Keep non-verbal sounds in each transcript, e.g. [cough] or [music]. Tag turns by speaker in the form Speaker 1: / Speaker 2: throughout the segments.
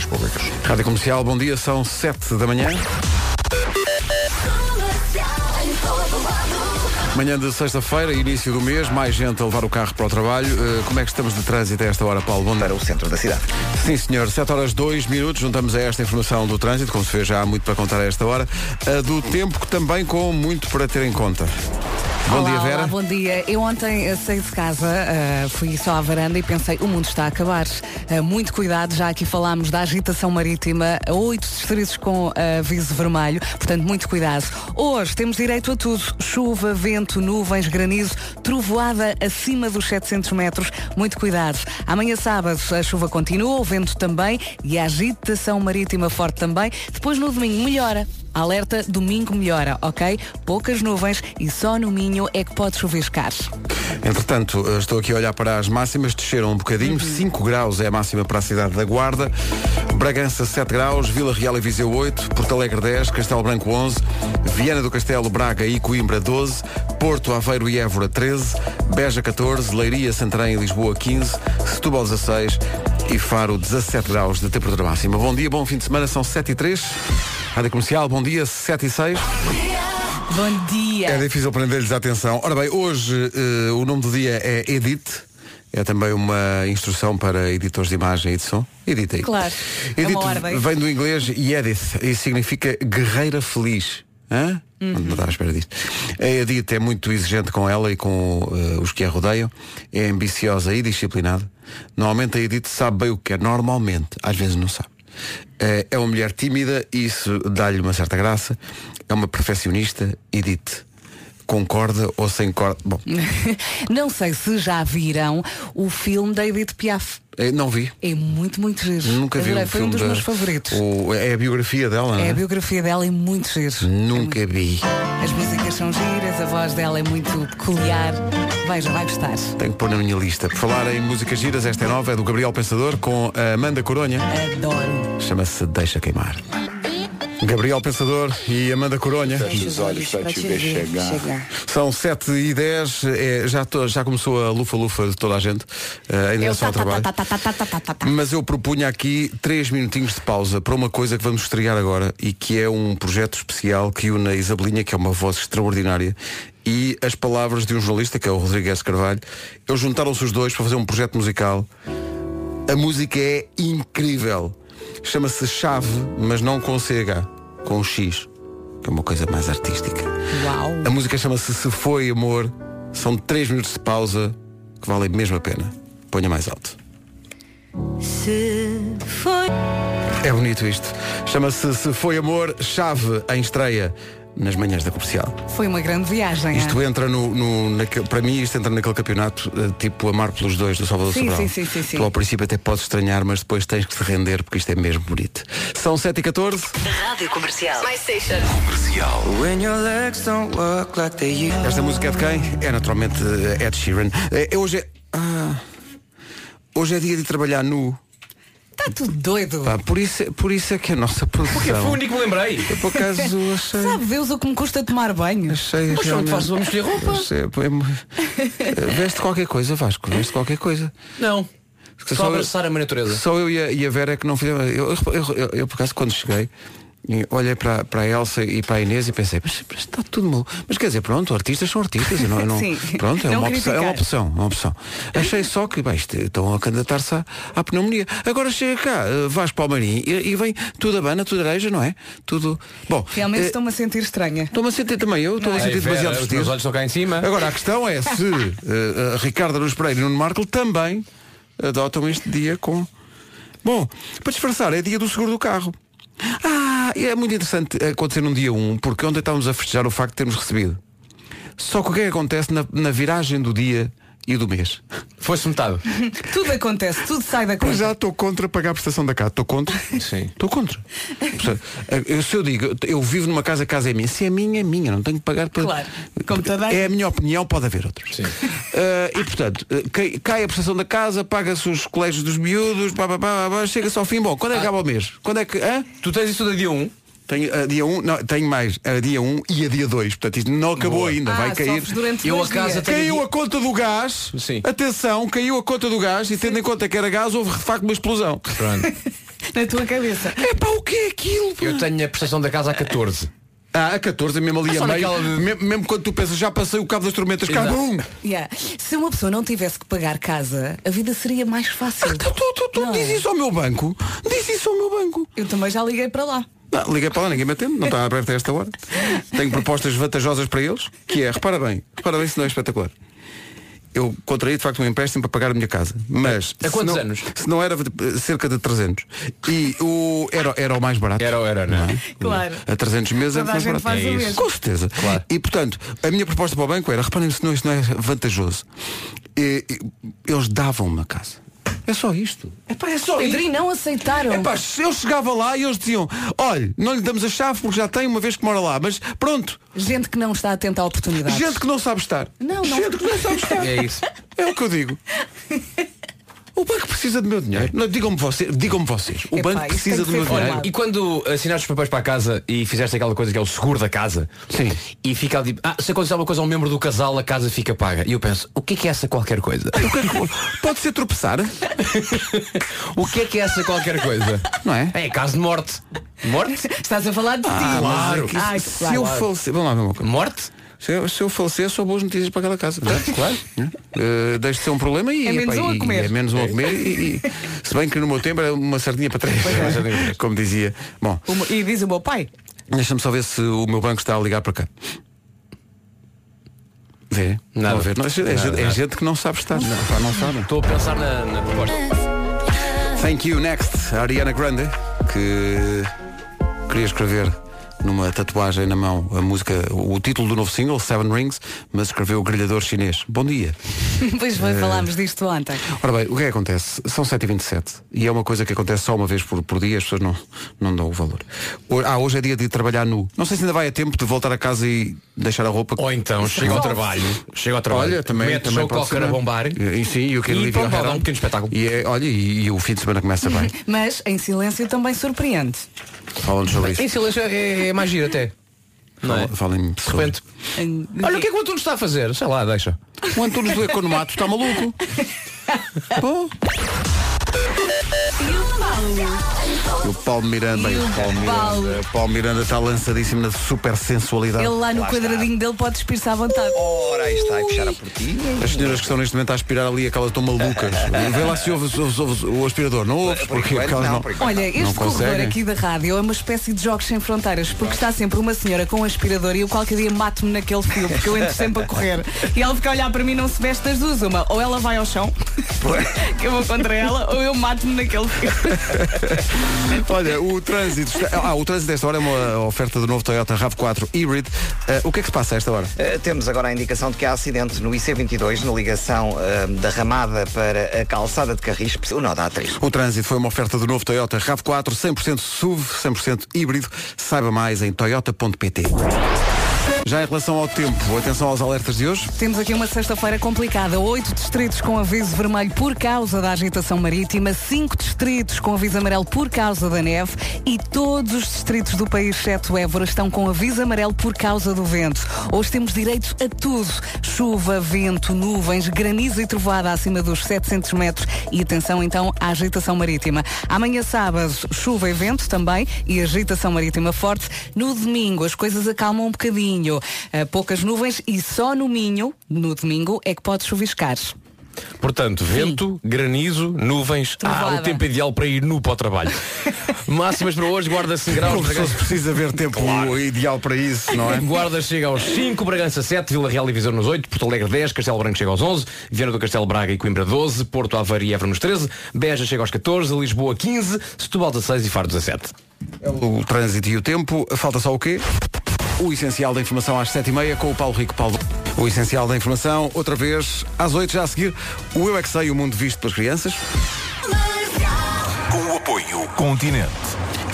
Speaker 1: Desculpa, Carlos.
Speaker 2: Rádio Comercial, bom dia, são 7 da manhã. Manhã de sexta-feira, início do mês, mais gente a levar o carro para o trabalho. Eh, como é que estamos de trânsito a esta hora, Paulo? Bom dia.
Speaker 1: Para o centro da cidade.
Speaker 2: Sim, senhor. 7 horas 2 minutos. Juntamos a esta informação do trânsito, como se vê já há muito para contar a esta hora. A do tempo, que também com muito para ter em conta. Bom
Speaker 3: Olá,
Speaker 2: dia, Vera.
Speaker 3: Olá, bom dia. Eu ontem eh, saí de casa, eh, fui só à varanda e pensei, o mundo está a acabar. Eh, muito cuidado, já aqui falámos da agitação marítima, oito distritos com eh, aviso vermelho, portanto, muito cuidado. Hoje temos direito a tudo, chuva, vento, nuvens, granizo, trovoada acima dos 700 metros, muito cuidado. Amanhã sábado a chuva continua, o vento também e a agitação marítima forte também. Depois no domingo melhora. Alerta, domingo melhora, ok? Poucas nuvens e só no Minho é que pode chuviscar.
Speaker 2: Entretanto, eh, estou aqui a olhar para as máximas, desceram um bocadinho, 5 graus é a máxima para a cidade da Guarda, Bragança 7 graus, Vila Real e Viseu 8, Porto Alegre 10, Castelo Branco 11, Viana do Castelo, Braga e Coimbra 12, Porto, Aveiro e Évora 13, Beja 14, Leiria, Santarém e Lisboa 15, Setúbal 16 e Faro 17 graus de temperatura máxima. Bom dia, bom fim de semana, são 7 e 3. Rádio Comercial, bom dia, 7 e 6.
Speaker 3: Bom dia!
Speaker 2: É difícil prender-lhes a atenção. Ora bem, hoje eh, o nome do dia é Edit. É também uma instrução para editores de imagem e de som. Editei.
Speaker 3: Claro. É
Speaker 2: Edit
Speaker 3: uma ordem.
Speaker 2: vem do inglês Edith e significa guerreira feliz. Hã? Não estava à espera disto. A Edith é muito exigente com ela e com eh, os que a rodeiam. É ambiciosa e disciplinada. Normalmente a Edith sabe bem o que quer. Normalmente. Às vezes não sabe. Eh, é uma mulher tímida e isso dá-lhe uma certa graça. É uma perfeccionista. Edith. Concorda ou sem corda? Bom,
Speaker 3: [laughs] Não sei se já viram o filme da Edith Piaf.
Speaker 2: eh, não vi.
Speaker 3: É muito, muito giro.
Speaker 2: Nunca vi
Speaker 3: Adorei,
Speaker 2: um
Speaker 3: Foi
Speaker 2: filme
Speaker 3: um dos
Speaker 2: da-
Speaker 3: meus favoritos.
Speaker 2: O- É a biografia dela, não
Speaker 3: É
Speaker 2: é?
Speaker 3: a biografia dela é muito giro.
Speaker 2: Nunca vi.
Speaker 3: As músicas são giras, a voz dela é muito peculiar. Veja, vai gostar.
Speaker 2: Tenho que pôr na minha lista. Por falar em músicas giras, esta é nova, é do Gabriel Pensador com a Amanda Coronha.
Speaker 3: Adoro.
Speaker 2: Chama-se Deixa Queimar. Gabriel Pensador e Amanda Coronha.
Speaker 4: os olhos para te ver chegar.
Speaker 2: São 7 e 10 é, já, tô- já começou a lufa-lufa de toda a gente eh, em direção ao trabalho. Mas eu propunha aqui três minutinhos de pausa para uma coisa que vamos estrear agora e que é um projeto especial que une a Isabelinha, que é uma voz extraordinária, e as palavras de um jornalista, que é o Rodrigues Carvalho. Eles juntaram-se os dois para fazer um projeto musical. A música é incrível. Chama-se Chave, mas não com CH, com X, que é uma coisa mais artística.
Speaker 3: Uau.
Speaker 2: A música chama-se Se Foi Amor. São 3 minutos de pausa que valem mesmo a pena. Ponha mais alto.
Speaker 5: Se foi
Speaker 2: É bonito isto. Chama-se Se Foi Amor, chave em estreia nas manhãs da comercial.
Speaker 3: Foi uma grande viagem.
Speaker 2: Isto
Speaker 3: é?
Speaker 2: entra no. no- naquele- para mim, isto entra naquele campeonato eh, tipo Amar pelos Dois do Salvador
Speaker 3: Sim,
Speaker 2: Sobral.
Speaker 3: sim, sim, sim, sim.
Speaker 2: Tu ao princípio até podes estranhar, mas depois tens que se render porque isto é mesmo bonito. São 7h14.
Speaker 5: Rádio Comercial.
Speaker 2: Esta música é de quem? É naturalmente eh, Ed Sheeran. Eh, hoje é. ah, hoje é dia de trabalhar nu.
Speaker 6: Tá
Speaker 3: Está tudo doido.
Speaker 2: Pá, por isso, por isso é que a nossa produção.
Speaker 6: Porque foi o único que me lembrei.
Speaker 2: Eu por
Speaker 3: [laughs]
Speaker 6: [laughs]
Speaker 2: acaso achei.
Speaker 3: Sabe Deus o que me custa tomar banho?
Speaker 2: achei
Speaker 6: Pois onde
Speaker 2: realmente-
Speaker 6: fazes uma mexer roupa?
Speaker 2: Achei- é
Speaker 6: [laughs]
Speaker 2: mu- Eh, Veste qualquer coisa, Vasco, veste qualquer coisa.
Speaker 6: Não.
Speaker 2: Porque
Speaker 6: Só abraçar a minha natureza.
Speaker 2: Só eu e a, e a Vera é que não fizemos. Eu, eu, eu- eu, por acaso quando cheguei. e Olhei para, para a Elsa e para a Inês e pensei, mas, mas está tudo mal. Mas quer dizer, pronto, artistas são artistas. Eu não, eu não-
Speaker 3: [laughs] Sim.
Speaker 2: pronto, é,
Speaker 3: Não
Speaker 2: uma opção, é uma
Speaker 3: criticar.
Speaker 2: opção, uma opção. Achei só que bem, isto, estão a candidatar-se à, à pneumonia. Agora chega cá, eh, Vasco Palmarim e, e vem tudo abana, tudo areja, não é? Tudo. Bom,
Speaker 3: Realmente
Speaker 2: eh,
Speaker 3: estou-me a sentir estranha.
Speaker 2: Estou-me a sentir também, eu estou a sentir
Speaker 6: Ei, Vera,
Speaker 2: demasiado
Speaker 6: os meus
Speaker 2: vestido.
Speaker 6: olhos estão cá em cima.
Speaker 2: Agora a questão é
Speaker 6: [laughs]
Speaker 2: se eh, eh, Ricardo Aruz Pereira e Nuno Marco também adotam este dia com. Bom, para disfarçar, é dia do seguro do carro. Ah, e é muito interessante acontecer num dia 1, porque ontem estávamos a festejar o facto de termos recebido. Só que o que é que acontece na, na viragem do dia e do mês?
Speaker 6: Foi-se metade.
Speaker 3: Tudo acontece, tudo sai da
Speaker 2: Pois é,
Speaker 3: coisa.
Speaker 2: já estou contra pagar a prestação da casa. Estou contra?
Speaker 6: Sim.
Speaker 2: Estou contra. Portanto, eh, eu- se eu digo, eu vivo numa casa, a casa é minha. Se é minha, é minha. Não tenho que pagar para.
Speaker 3: Claro. Como toda a-
Speaker 2: É a minha opinião, pode haver outros.
Speaker 6: Sim.
Speaker 2: e portanto, eh, cai, cai a prestação da casa, paga-se os colégios dos miúdos, pá, pá, pá, pá, pá, chega-se ao fim. Bom, quando é que acaba o mês? Quando é que. hã?
Speaker 6: Ah. Tu tens isso da dia 1?
Speaker 2: Tenho a dia 1, não, tenho mais, a dia 1 e a dia 2. Portanto, isto não acabou
Speaker 6: Boa.
Speaker 2: ainda,
Speaker 3: Ah,
Speaker 2: vai cair.
Speaker 3: sofres durante
Speaker 6: Eu
Speaker 3: dois
Speaker 6: a casa
Speaker 3: dias.
Speaker 6: tenho-
Speaker 2: Caiu a conta do gás,
Speaker 6: Sim.
Speaker 2: atenção, caiu a conta do gás e tendo em conta que era gás, houve de facto uma explosão.
Speaker 6: Pronto.
Speaker 3: [laughs] na tua cabeça.
Speaker 2: É pá, o que é aquilo? pá?
Speaker 6: Eu tenho a prestação da casa a 14.
Speaker 2: Ah, a 14, mesmo ali
Speaker 6: É
Speaker 2: a
Speaker 6: só
Speaker 2: meio.
Speaker 6: naquela de-
Speaker 2: me- Mesmo quando tu pensas, já passei o cabo das tormentas,
Speaker 6: Exato.
Speaker 2: cabum!
Speaker 3: Yeah. Se uma pessoa não tivesse que pagar casa, a vida seria mais
Speaker 2: [laughs]
Speaker 3: fácil.
Speaker 2: Tu, Ah, então tu, tu, tu
Speaker 3: Não.
Speaker 2: diz isso ao meu banco. Diz isso ao meu banco.
Speaker 3: Eu também já liguei para lá.
Speaker 2: Não, liguei para lá, ninguém me atende, não está aberto a esta hora. Tenho propostas vantajosas para eles, que é, repara bem, repara bem se não é espetacular. Eu contraí de facto um empréstimo para pagar a minha casa. Mas
Speaker 6: A quantos
Speaker 2: se não,
Speaker 6: anos?
Speaker 2: Se não era eh, cerca de 300. E o, era, era o mais barato.
Speaker 6: Era ou era, não é?
Speaker 3: Claro.
Speaker 2: A 300 meses é
Speaker 3: Toda a
Speaker 2: mais
Speaker 3: gente
Speaker 2: barato.
Speaker 3: faz o É isso. mesmo.
Speaker 2: Com certeza.
Speaker 6: Claro.
Speaker 2: E portanto, a minha proposta para o banco era, reparem se não, isto não é vantajoso. E- e- eles davam-me a casa. É só isto. É pá, é só isto.
Speaker 3: Pedrinho, não aceitaram.
Speaker 2: Epá, eu chegava lá e eles diziam, olha, não lhe damos a chave porque já tem uma vez que mora lá, mas pronto,
Speaker 3: Gente que não está atenta à oportunidade.
Speaker 2: gente que não sabe estar.
Speaker 3: Não, não.
Speaker 2: Gente que não sabe estar.
Speaker 6: É isso.
Speaker 2: É o que eu digo. O banco precisa do meu dinheiro. Não, digam-me vocês, digam vocês. O
Speaker 3: Epá, isso
Speaker 2: banco
Speaker 3: tem
Speaker 2: precisa
Speaker 3: que
Speaker 2: do meu
Speaker 3: ser formado.
Speaker 2: dinheiro.
Speaker 6: E quando assinaste os papéis para a casa e fizeste aquela coisa que é o seguro da casa
Speaker 2: Sim.
Speaker 6: e fica ali, ah, se acontecer alguma coisa a um membro do casal, a casa fica paga. E eu penso, o que é que é essa qualquer coisa?
Speaker 2: O que é que- Pode ser tropeçar,
Speaker 6: [laughs] O que é que é essa qualquer coisa?
Speaker 2: não é?
Speaker 6: É caso de morte. Morte?
Speaker 3: [laughs] Estás a falar de ti.
Speaker 2: Ah,
Speaker 6: claro.
Speaker 3: Ai,
Speaker 2: se
Speaker 3: claro.
Speaker 2: eu falecer, vamos lá ver uma coisa.
Speaker 6: Morte?
Speaker 2: Se eu, se eu falecer, sou boas notícias para aquela casa. [laughs] Claro. deixa de ser um problema e
Speaker 3: É menos um a
Speaker 2: e-
Speaker 3: comer.
Speaker 2: é menos um a comer. E, e- se bem que no meu tempo era uma sardinha para três. [laughs] Como dizia. Bom,
Speaker 3: O- E diz o meu pai.
Speaker 2: deixa-me só ver se o meu banco está a ligar para cá. Vê?
Speaker 6: Nada.
Speaker 2: Não, vê. Não, é, gente- é
Speaker 6: Nada,
Speaker 2: gente, é
Speaker 6: nada.
Speaker 2: gente que não sabe estar. Não, pá, não sabe.
Speaker 6: Estou a pensar na, na proposta.
Speaker 2: Thank you, next. A Ariana Grande, que queria escrever numa tatuagem na mão a música, o título do novo single, Seven Rings, mas escreveu o grelhador chinês. Bom dia.
Speaker 3: [laughs] Pois
Speaker 2: É.
Speaker 3: bem, falámos disto ontem.
Speaker 2: Ora bem, o que é que acontece? São 7h27 e é uma coisa que acontece só uma vez por, por dia, as pessoas não, não dão o valor. Ho- Ah, hoje é dia de trabalhar nu. Não sei se ainda vai a tempo de voltar a casa e deixar a roupa.
Speaker 6: Ou então chega ao trabalho. Chega ao trabalho.
Speaker 2: Olha, também,
Speaker 6: mete
Speaker 2: também
Speaker 6: o
Speaker 2: pode ser,
Speaker 6: cocker a
Speaker 2: não é?
Speaker 6: bombar.
Speaker 2: E, sim, e o que
Speaker 6: E
Speaker 2: ele
Speaker 6: pronto, dá um pequeno espetáculo.
Speaker 2: E é, olha, e, e o fim de semana começa bem.
Speaker 3: Mas em silêncio também surpreende.
Speaker 2: Falando sobre isso.
Speaker 6: Esse elege é, é mais giro até. Não é?
Speaker 2: Fala- Falem-me
Speaker 6: De
Speaker 2: sobre.
Speaker 6: repente. Olha o que é que o Antunes está a fazer. Sei lá, deixa.
Speaker 2: O Antunes do Economato está maluco. Pô. E o Paulo Miranda, e o Paulo
Speaker 3: Paulo.
Speaker 2: Miranda, o Paulo Miranda está lançadíssimo na super sensualidade.
Speaker 3: Ele lá no quadradinho dele pode despir-se à vontade.
Speaker 1: Ora, aí está, e puxar a por ti.
Speaker 2: As senhoras que estão neste momento a aspirar ali, aquelas
Speaker 1: [laughs]
Speaker 2: estão malucas. Vê lá se ouves, ouves, ouves o aspirador. Não ouves,
Speaker 1: Por
Speaker 2: porque
Speaker 1: enquanto,
Speaker 2: aquelas
Speaker 1: não,
Speaker 2: não.
Speaker 1: por enquanto.
Speaker 3: Olha,
Speaker 2: Não
Speaker 3: este corredor
Speaker 2: conseguem.
Speaker 3: aqui da rádio é uma espécie de jogos sem fronteiras, porque está sempre uma senhora com um aspirador e eu qualquer dia mato-me naquele fio, porque eu entro sempre a correr. E ela fica a olhar para mim e não se veste das duas, uma. Ou ela vai ao chão, [laughs] que eu vou contra ela, ou eu mato-me naquele fio.
Speaker 2: [laughs] Olha, o trânsito. está- Ah, o trânsito desta hora é uma oferta do novo Toyota RAV4 Hybrid. Ah, o que é que se passa a esta hora?
Speaker 1: Eh, Temos agora a indicação de que há acidente no IC22, na ligação eh, da ramada para a calçada de Carris, o nó da A3.
Speaker 2: O trânsito foi uma oferta do novo Toyota RAV4, 100% SUV, 100% híbrido. Saiba mais em toyota.pt. Já em relação ao tempo, atenção aos alertas de hoje.
Speaker 3: Temos aqui uma sexta-feira complicada. Oito distritos com aviso vermelho por causa da agitação marítima, cinco distritos com aviso amarelo por causa da neve e todos os distritos do país, exceto Évora, estão com aviso amarelo por causa do vento. Hoje temos direito a tudo. Chuva, vento, nuvens, granizo e trovada acima dos 700 metros e atenção então à agitação marítima. Amanhã sábado, chuva e vento também e agitação marítima forte. No domingo as coisas acalmam um bocadinho. Eh, poucas nuvens e só no Minho, no domingo, é que pode chuviscar.
Speaker 6: Portanto, vento, granizo, nuvens. Ah,
Speaker 3: Trovada.
Speaker 6: o tempo ideal para ir nu para o [laughs] trabalho. Máximas para hoje, guarda 5 graus.
Speaker 2: Professor, se precisa ver tempo ideal para isso, não é?
Speaker 6: [laughs] Guarda chega aos 5, Bragança 7, Vila Real e Viseu nos 8, Porto Alegre 10, Castelo Branco chega aos 11, Viana do Castelo Braga e Coimbra 12, Porto Aveiro e Évora nos 13, Beja chega aos 14, Lisboa 15, Setúbal 16 e Faro 17.
Speaker 2: É O trânsito e o tempo. Falta só o quê? O essencial da informação às 7h30 com o Paulo Rico Paulo. O essencial da informação, outra vez, às 8 já a seguir, o Eu É Que Sei, o mundo visto pelas crianças.
Speaker 7: Com o apoio Continente.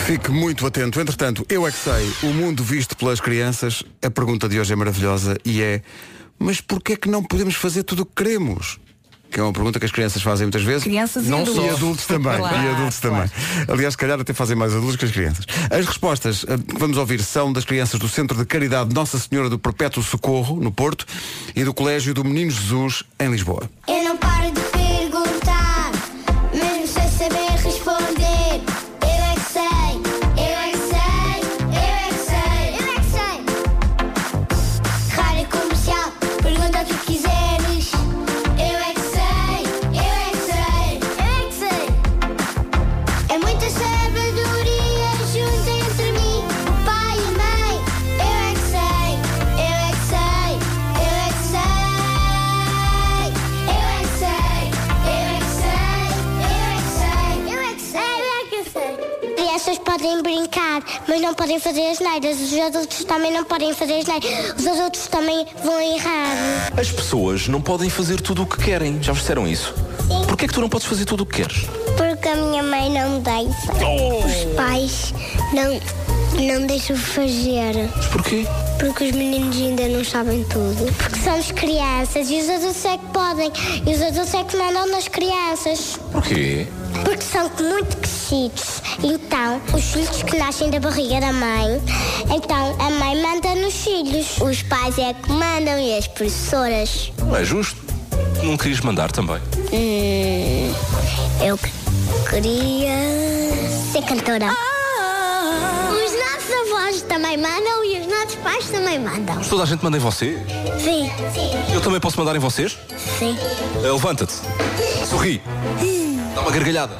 Speaker 2: Fique muito atento. Entretanto, eu é que sei, o mundo visto pelas crianças, a pergunta de hoje é maravilhosa e é mas porquê é que não podemos fazer tudo o que queremos? Que é uma pergunta que as crianças fazem muitas vezes.
Speaker 3: Crianças e
Speaker 2: não
Speaker 3: adultos.
Speaker 2: só. E adultos também.
Speaker 3: Claro,
Speaker 2: e adultos
Speaker 3: claro.
Speaker 2: também. Aliás, se calhar até fazem mais adultos que as crianças. As respostas eh, que vamos ouvir são das crianças do Centro de Caridade Nossa Senhora do Perpétuo Socorro, no Porto, e do Colégio do Menino Jesus, em Lisboa.
Speaker 8: Eu é não paro de perguntar, mesmo sem saber responder. é é É é
Speaker 7: crianças podem brincar, mas não podem fazer as neiras. Os adultos também não podem fazer as neiras. Os adultos também vão errar.
Speaker 8: As pessoas não podem fazer tudo o que querem. Já vos disseram isso?
Speaker 7: Sim.
Speaker 8: Porquê é que tu não podes fazer tudo o que queres?
Speaker 7: Porque a minha mãe não me deixa.
Speaker 8: Oh!
Speaker 7: Os pais não, não deixam fazer.
Speaker 8: Mas porquê?
Speaker 7: Porque os meninos ainda não sabem tudo. Porque somos crianças e os adultos é que podem. E os adultos é que mandam nas crianças.
Speaker 8: Porquê?
Speaker 7: Porque são muito crescidos. Então, os filhos que nascem da barriga da mãe, então a mãe manda nos filhos. Os pais é que mandam e as professoras.
Speaker 8: Não é justo. Não querias mandar também.
Speaker 7: Hum, eu queria ser cantora. Os nossos avós também mandam e os nossos pais também mandam.
Speaker 8: Mas toda a gente manda em você.
Speaker 7: Sim.
Speaker 8: Eu também posso mandar em vocês?
Speaker 7: Sim.
Speaker 8: Eh, Levanta-te. Sorri. Dá
Speaker 7: [laughs]
Speaker 8: uma gargalhada.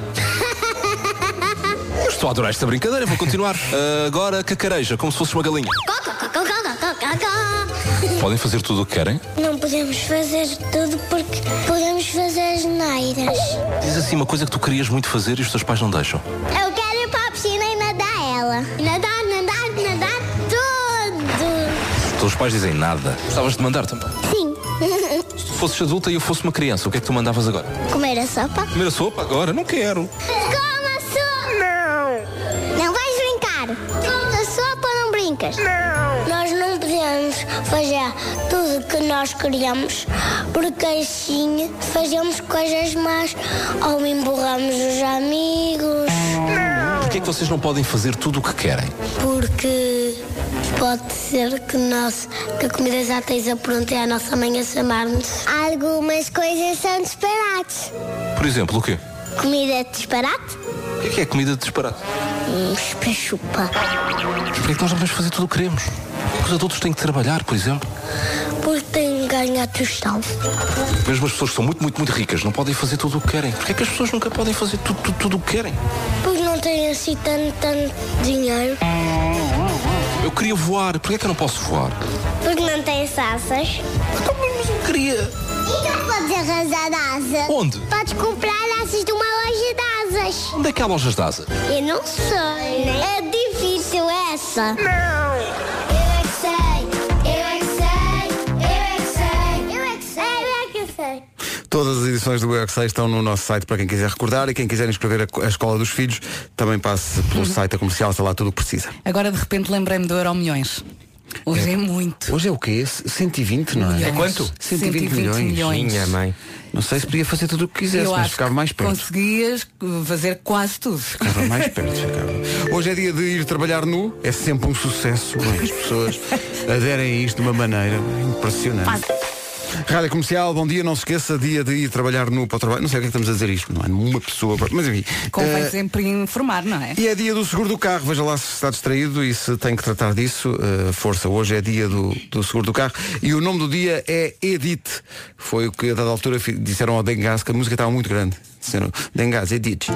Speaker 8: Eu estou a adorar esta brincadeira, vou
Speaker 7: [laughs]
Speaker 8: continuar. Ah, agora cacareja, como se fosses uma galinha. Podem fazer tudo o que querem?
Speaker 7: Não podemos fazer tudo porque podemos fazer as neiras.
Speaker 8: Diz assim uma coisa que tu querias muito fazer e os teus pais não deixam.
Speaker 7: Eu quero ir para a piscina e nadar ela. Nadar, nadar, nadar tudo.
Speaker 8: Os teus pais dizem nada. Gostavas de mandar também.
Speaker 7: Sim. [laughs]
Speaker 8: Se tu fosses adulta e eu fosse uma criança, o que é que tu mandavas agora?
Speaker 7: Comer a sopa?
Speaker 8: Comer a sopa agora? Não quero.
Speaker 7: Come a sopa! Não! Não vais brincar! Come a sopa ou não brincas? Não! Nós não podemos fazer tudo o que nós queríamos, porque assim fazemos coisas más ou emburramos os amigos.
Speaker 8: Porquê é que vocês não podem fazer tudo o que querem?
Speaker 7: Porque pode ser que, nós, que a comida já esteja pronta e é a nossa mãe a chamar-nos. Algumas coisas são disparates.
Speaker 8: Por exemplo, o quê?
Speaker 7: Comida é disparate?
Speaker 8: O que é que é comida de disparate?
Speaker 7: Hum, chupa-chupa.
Speaker 8: Mas porquê é que nós não podemos fazer tudo o que queremos? Porque os adultos têm que trabalhar, por exemplo.
Speaker 7: Porque tenho que ganhar tostão.
Speaker 8: Mesmo as pessoas que são muito, muito, muito ricas não podem fazer tudo o que querem. Porquê é que as pessoas nunca podem fazer tudo, tudo, tudo o que querem?
Speaker 7: Porque não tenho assim tanto, tanto dinheiro.
Speaker 8: Eu queria voar, porquê é que eu não posso voar?
Speaker 7: Porque não tenho asas.
Speaker 8: Então, mas eu queria.
Speaker 7: Então podes arranjar asas.
Speaker 8: Onde?
Speaker 7: Podes comprar asas de uma loja de asas.
Speaker 8: Onde é que há lojas de asa?
Speaker 7: Eu não sei. É difícil essa. Não. Eu é que sei. Eu é que sei. Eu é que sei. Eu é que sei. Eu é que sei.
Speaker 2: Todas as edições do Eu É Que Sei estão no nosso site para quem quiser recordar e quem quiser inscrever a co- a escola dos filhos também passe pelo site da comercial, está lá tudo o que precisa.
Speaker 3: Agora de repente lembrei-me do Euro Milhões. Hoje é, muito.
Speaker 2: Hoje é o quê? 120, não é?
Speaker 6: É quanto?
Speaker 2: 120,
Speaker 3: 120
Speaker 2: milhões.
Speaker 3: milhões.
Speaker 6: Minha mãe.
Speaker 2: Não sei se podia fazer tudo o que quisesse, mas ficava mais
Speaker 3: que
Speaker 2: perto.
Speaker 3: conseguias eh, fazer quase tudo.
Speaker 2: Ficava mais perto, ficava. Hoje é dia de ir trabalhar nu, é sempre um sucesso. As pessoas aderem a isto de uma maneira impressionante. Rádio Comercial, bom dia, não se esqueça, dia de ir trabalhar nu para o trabalho. Não sei o que é que estamos a dizer isto, não é? Uma pessoa, mas enfim.
Speaker 3: [laughs] Convém
Speaker 2: eh,
Speaker 3: sempre informar, não é?
Speaker 2: E é dia do seguro do carro, veja lá se está distraído e se tem que tratar disso. Uh, força, hoje é dia do, do seguro do carro. E o nome do dia é Edith. Foi o que a dada altura fi- disseram ao Dengas, que a música estava muito grande. Disseram, Dengas, Edith.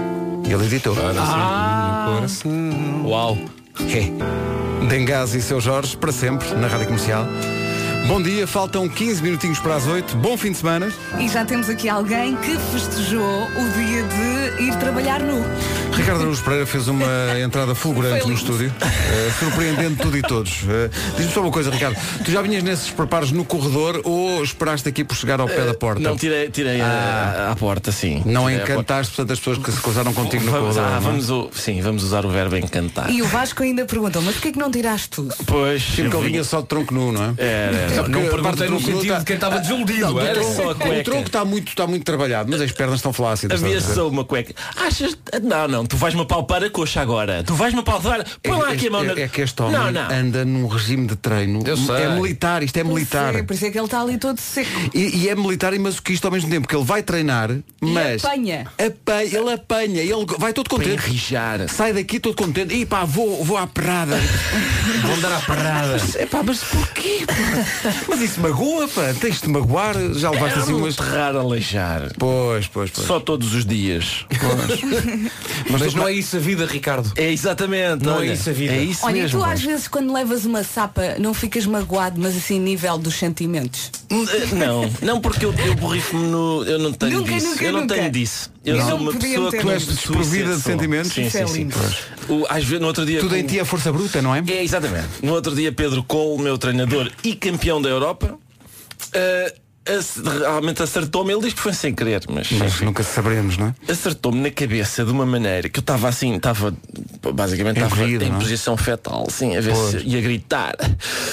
Speaker 2: E ele editou.
Speaker 8: Ah.
Speaker 9: Ah.
Speaker 6: Uau.
Speaker 2: É. Dengas e seu Jorge, para sempre, na Rádio Comercial. Bom dia, faltam 15 minutinhos para as 8. Bom fim de semana.
Speaker 3: E já temos aqui alguém que festejou o dia de ir trabalhar nu.
Speaker 2: Ricardo Araújo Pereira fez uma entrada
Speaker 3: Foi
Speaker 2: fulgurante no
Speaker 3: lindo.
Speaker 2: estúdio, eh, surpreendendo tudo e todos. Eh, Diz-me só uma coisa, Ricardo. Tu já vinhas nesses preparos no corredor ou esperaste aqui por chegar ao pé da porta?
Speaker 10: Eh, Não, tirei, tirei a, a porta, sim.
Speaker 2: Então. Ah. Não
Speaker 10: Tirei a
Speaker 2: encantaste, portanto, as pessoas que se cruzaram contigo no
Speaker 10: Vamos,
Speaker 2: corredor.
Speaker 10: ah,
Speaker 2: não é?
Speaker 10: vamos o- sim, vamos usar o verbo encantar.
Speaker 3: E o Vasco ainda perguntou, mas porquê que não tiraste tudo?
Speaker 10: Pois,
Speaker 2: Sempre que
Speaker 10: eu
Speaker 2: ele
Speaker 10: vi-
Speaker 2: vinha só de tronco nu, não é?
Speaker 10: Era, era.
Speaker 2: Só que
Speaker 6: Não
Speaker 2: a parte
Speaker 6: perguntei
Speaker 2: do
Speaker 6: no
Speaker 2: tronco nu
Speaker 6: sentido
Speaker 2: tá-
Speaker 6: de quem estava desiludido.
Speaker 10: Não,
Speaker 6: era
Speaker 10: era
Speaker 6: só-
Speaker 10: só a
Speaker 2: O
Speaker 10: cueca.
Speaker 2: tronco está muito, está muito trabalhado, mas as pernas estão flácidas.
Speaker 10: Havia
Speaker 2: estás a ver?
Speaker 10: só uma cueca. Achas. Não, não, tu vais-me apalpar a coxa agora. Tu vais-me apalpar. Põe lá aqui a mão na.
Speaker 2: é, é que este homem
Speaker 10: Não, não.
Speaker 2: anda num regime de treino.
Speaker 6: Eu sei.
Speaker 2: É militar, isto é militar.
Speaker 3: Por isso é que ele está ali todo seco.
Speaker 2: E, e é militar e masoquista ao mesmo tempo, que ele vai treinar,
Speaker 10: é
Speaker 2: mas. [laughs]
Speaker 3: apanha.
Speaker 2: Apa- ele apanha, ele vai todo
Speaker 10: Para
Speaker 2: contente.
Speaker 10: enrijar.
Speaker 2: Sai daqui todo contente. E pá, vou, vou à parada. [laughs] vou andar à parada. Epá, mas [laughs] porquê? pá? Mas isso magoa, pá. Tens de magoar, já levaste
Speaker 10: Era
Speaker 2: assim
Speaker 10: É um
Speaker 2: umas.
Speaker 10: terrar aleijar.
Speaker 2: Pois, pois, pois.
Speaker 10: Só todos os dias.
Speaker 2: Pois.
Speaker 6: [laughs] Mas, não é isso a vida, Ricardo.
Speaker 10: É exatamente.
Speaker 6: Não
Speaker 10: olha,
Speaker 6: é isso a vida.
Speaker 10: É
Speaker 6: [laughs]
Speaker 10: isso
Speaker 3: Olha,
Speaker 10: mesmo.
Speaker 3: e tu às vezes quando levas uma sapa não ficas magoado, mas assim, nível dos sentimentos.
Speaker 10: N- eh, Não, não porque eu, eu borrifo-me no. Eu não tenho
Speaker 3: Nunca,
Speaker 10: disso.
Speaker 3: nunca,
Speaker 10: eu não
Speaker 3: nunca.
Speaker 10: tenho disso. Eu
Speaker 3: Não.
Speaker 10: sou
Speaker 3: Não
Speaker 10: uma
Speaker 3: podiam
Speaker 10: pessoa
Speaker 3: ter.
Speaker 10: que
Speaker 3: Tu
Speaker 10: me
Speaker 3: és
Speaker 10: possuo
Speaker 2: desprovida de
Speaker 10: sensual.
Speaker 2: sentimentos?
Speaker 10: Sim,
Speaker 3: Isso é
Speaker 10: sim, sim.
Speaker 3: lindo.
Speaker 10: O- às vezes, no outro dia.
Speaker 2: Tudo em
Speaker 10: com-
Speaker 2: ti é força bruta, não é?
Speaker 10: É, exatamente. No outro dia, Pedro Cole, meu treinador e campeão da Europa, eh, ac- realmente acertou-me. Ele diz que foi sem querer, mas,
Speaker 2: Mas nunca saberemos, não é?
Speaker 10: acertou-me na cabeça de uma maneira que eu estava assim, estava basicamente estava
Speaker 2: Encolhido,
Speaker 10: em
Speaker 2: não é?
Speaker 10: posição fetal, sim, a ver se, e a gritar.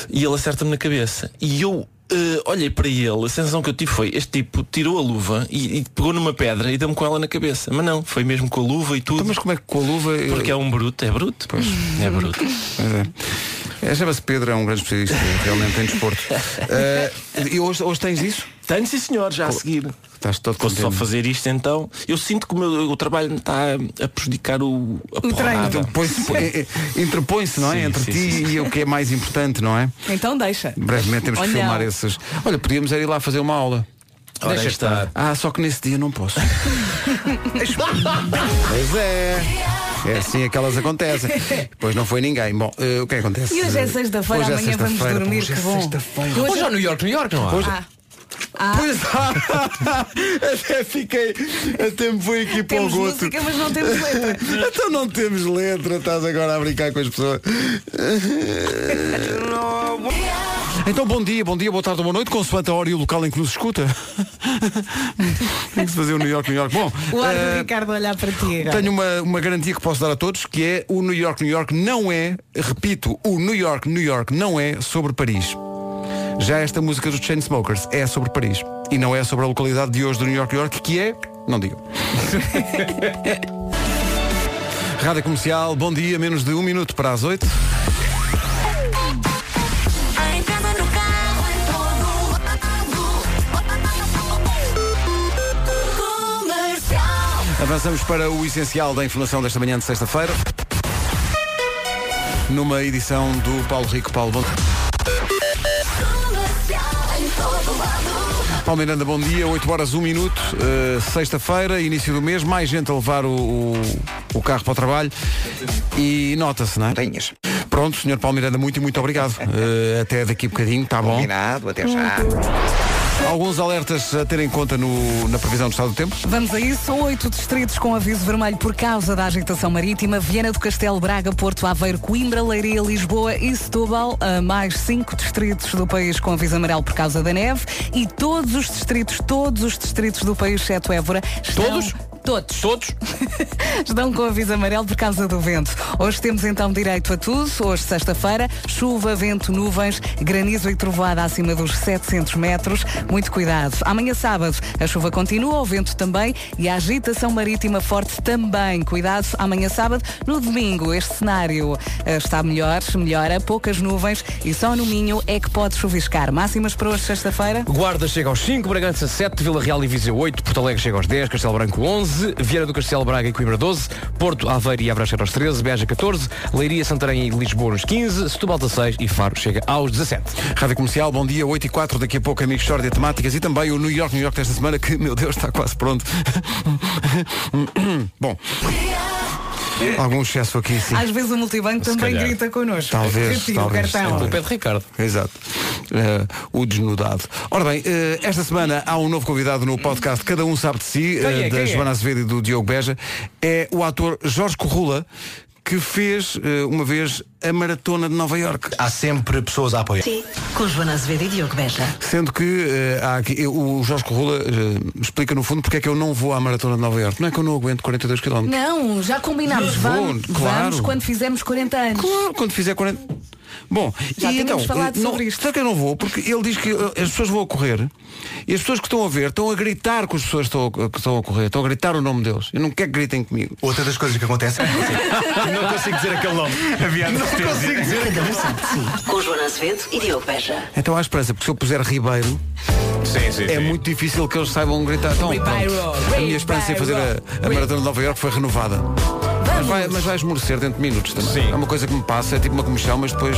Speaker 10: E ele acerta-me na cabeça. E eu eh, olhei para ele, a sensação que eu tive foi, este tipo tirou a luva e, e pegou numa pedra e deu-me com ela na cabeça. Mas não, foi mesmo com a luva e tudo.
Speaker 2: Então, mas como é que com a luva. eu-
Speaker 10: Porque é um bruto, é bruto. É bruto.
Speaker 2: Pois é. É, Chama-se Pedro, é um grande especialista realmente
Speaker 10: [laughs]
Speaker 2: em desporto. Eh, e hoje, hoje tens isso? tá
Speaker 10: Tenho sim senhor, já a seguir.
Speaker 2: Estás todo
Speaker 10: Vou só
Speaker 2: contente.
Speaker 10: fazer isto então. Eu sinto que o, meu, o trabalho me está a prejudicar o, a
Speaker 3: Hum.
Speaker 10: porrada.
Speaker 2: Põe-se- eh, eh, Interpõe-se, não é?
Speaker 10: Sim,
Speaker 2: Entre
Speaker 10: sim,
Speaker 2: ti
Speaker 10: sim,
Speaker 2: e o que é mais importante, não é?
Speaker 3: Então deixa.
Speaker 2: Brevemente temos que
Speaker 3: Ou não.
Speaker 2: filmar esses. Olha, podíamos era ir lá fazer uma aula.
Speaker 10: Ora,
Speaker 6: Deixa
Speaker 10: está.
Speaker 6: estar.
Speaker 2: Ah, só que nesse dia não posso. pois é. É assim é que elas acontecem. Pois não foi ninguém. Bom, eh, o que acontece?
Speaker 3: E hoje é sexta-feira,
Speaker 2: Hoje é
Speaker 3: amanhã vamos
Speaker 2: sexta-feira,
Speaker 3: dormir,
Speaker 2: hoje é
Speaker 3: que bom.
Speaker 2: sexta-feira.
Speaker 3: Eu
Speaker 6: Hoje há New York, New York, não há?
Speaker 3: Ah,
Speaker 2: é. Pois há. [laughs] Até fiquei. Até me fui aqui para o
Speaker 3: temos
Speaker 2: gosto.
Speaker 3: música, mas não temos letra.
Speaker 2: [laughs] Então não temos letra, estás agora a brincar com
Speaker 3: [laughs]
Speaker 2: as pessoas. Então bom dia, bom dia, boa tarde, boa noite, consoante a hora e o local em que nos escuta. [laughs] Tem que se fazer o New York, New York. Bom,
Speaker 3: O ar do
Speaker 2: eh,
Speaker 3: Ricardo a olhar para ti agora.
Speaker 2: tenho uma, uma garantia que posso dar a todos, que é o New York, New York não é, repito, o New York, New York não é sobre Paris. Já esta música dos Chainsmokers é sobre Paris. E não é sobre a localidade de hoje do New York, New York, que é, não digo. Rádio Comercial, bom dia, menos de um minuto para as oito.
Speaker 5: Em casa, no carro, em todo lado. Comercial.
Speaker 2: Avançamos para o essencial da informação desta manhã de sexta-feira. Numa edição do Paulo Rico. Paulo, bom
Speaker 5: Comercial, em todo lado.
Speaker 2: Paulo Miranda, bom dia, 8 horas, 1 minuto, eh, sexta-feira, início do mês, mais gente a levar o, o- o carro para o trabalho e nota-se, não é?
Speaker 1: Tenhas.
Speaker 2: Pronto, senhor Paulo Miranda, muito e muito obrigado. Eh, até daqui a bocadinho, está bom.
Speaker 1: Combinado, até já.
Speaker 2: Alguns alertas a ter em conta no- na previsão do estado do tempo.
Speaker 3: Vamos a isso. Oito distritos com aviso vermelho por causa da agitação marítima. Viana do Castelo, Braga, Porto Aveiro, Coimbra, Leiria, Lisboa e Setúbal. A mais cinco distritos do país com aviso amarelo por causa da neve. E todos os distritos, todos os distritos do país, exceto Évora, estão...
Speaker 6: Todos?
Speaker 3: Todos.
Speaker 6: Todos?
Speaker 3: [laughs] Estão com aviso amarelo por causa do vento. Hoje temos então direito a tudo. Hoje, sexta-feira, chuva, vento, nuvens, granizo e trovoada acima dos 700 metros. Muito cuidado. Amanhã, sábado, a chuva continua, o vento também e a agitação marítima forte também. Cuidado. Amanhã, sábado, no domingo, este cenário eh, está melhor, melhora, poucas nuvens e só no Minho é que pode chuviscar. Máximas para hoje, sexta-feira?
Speaker 6: Guarda chega aos 5, Bragança 7, Vila Real e Viseu 8, Porto Alegre chega aos 10, Castelo Branco 11, Vieira do Castelo Braga e Coimbra 12, Porto, Aveiro e Évora chega aos 13, Beja 14, Leiria, Santarém e Lisboa nos 15, Setúbal 16 e Faro chega aos 17.
Speaker 2: Rádio Comercial, bom dia, 8 e 4, daqui a pouco Amigos História Temáticas e também o New York, New York desta semana, que, meu Deus, está quase pronto. [laughs] bom, algum excesso aqui, sim.
Speaker 3: Às vezes o multibanco também
Speaker 6: calhar.
Speaker 3: grita connosco.
Speaker 2: Talvez,
Speaker 3: Retira
Speaker 2: talvez,
Speaker 3: É o cartão.
Speaker 2: talvez.
Speaker 6: Pé de Ricardo.
Speaker 2: Exato. Eh, o desnudado. Ora bem, eh, esta semana há um novo convidado no podcast Cada Um Sabe de Si,
Speaker 6: Quem
Speaker 2: eh,
Speaker 6: é?
Speaker 2: da
Speaker 6: Quem é?
Speaker 2: Joana Azevedo e do Diogo Beja. É o ator Jorge Corrula, que fez eh, uma vez a Maratona de Nova Iorque.
Speaker 11: Há sempre pessoas a apoiar.
Speaker 5: Com Joana Azevedo e Diogo Beja.
Speaker 2: Sendo que eh, há aqui, eu- o Jorge Corrula eh, explica no fundo porque é que eu não vou à Maratona de Nova Iorque. Não é que eu não aguento 42 km.
Speaker 3: Não, já combinámos.
Speaker 2: Vou,
Speaker 3: Vamos,
Speaker 2: claro.
Speaker 3: vamos quando fizermos 40 anos.
Speaker 2: Claro, quando fizer 40. Bom,
Speaker 3: Já
Speaker 2: e
Speaker 3: tínhamos
Speaker 2: então,
Speaker 3: falado
Speaker 2: eh, não,
Speaker 3: sobre isto.
Speaker 2: Será que eu não vou? Porque ele diz que eh, as pessoas vão a correr e as pessoas que estão a ver estão a gritar com as pessoas que estão a, que estão a correr, estão a gritar o nome deles. Eu não quero que gritem comigo.
Speaker 11: Outra das coisas que acontecem. [laughs]
Speaker 6: é
Speaker 11: não consigo dizer aquele nome. Havia não consigo dizer.
Speaker 5: Cada um sabe de si. Com Joana Azevedo e Diogo Beja.
Speaker 2: Então há esperança, porque se eu puser [laughs] Ribeiro,
Speaker 6: Sim, sim,
Speaker 2: é muito difícil que eles saibam gritar. Então,
Speaker 3: Ribeiro,
Speaker 2: pronto. a minha esperança em fazer a, a Maratona de Nova Iorque foi renovada. Mas vai, mas vai esmorecer dentro de minutos também.
Speaker 6: Sim.
Speaker 2: É uma coisa que me passa, é tipo uma comichão, mas
Speaker 3: [laughs]
Speaker 2: depois,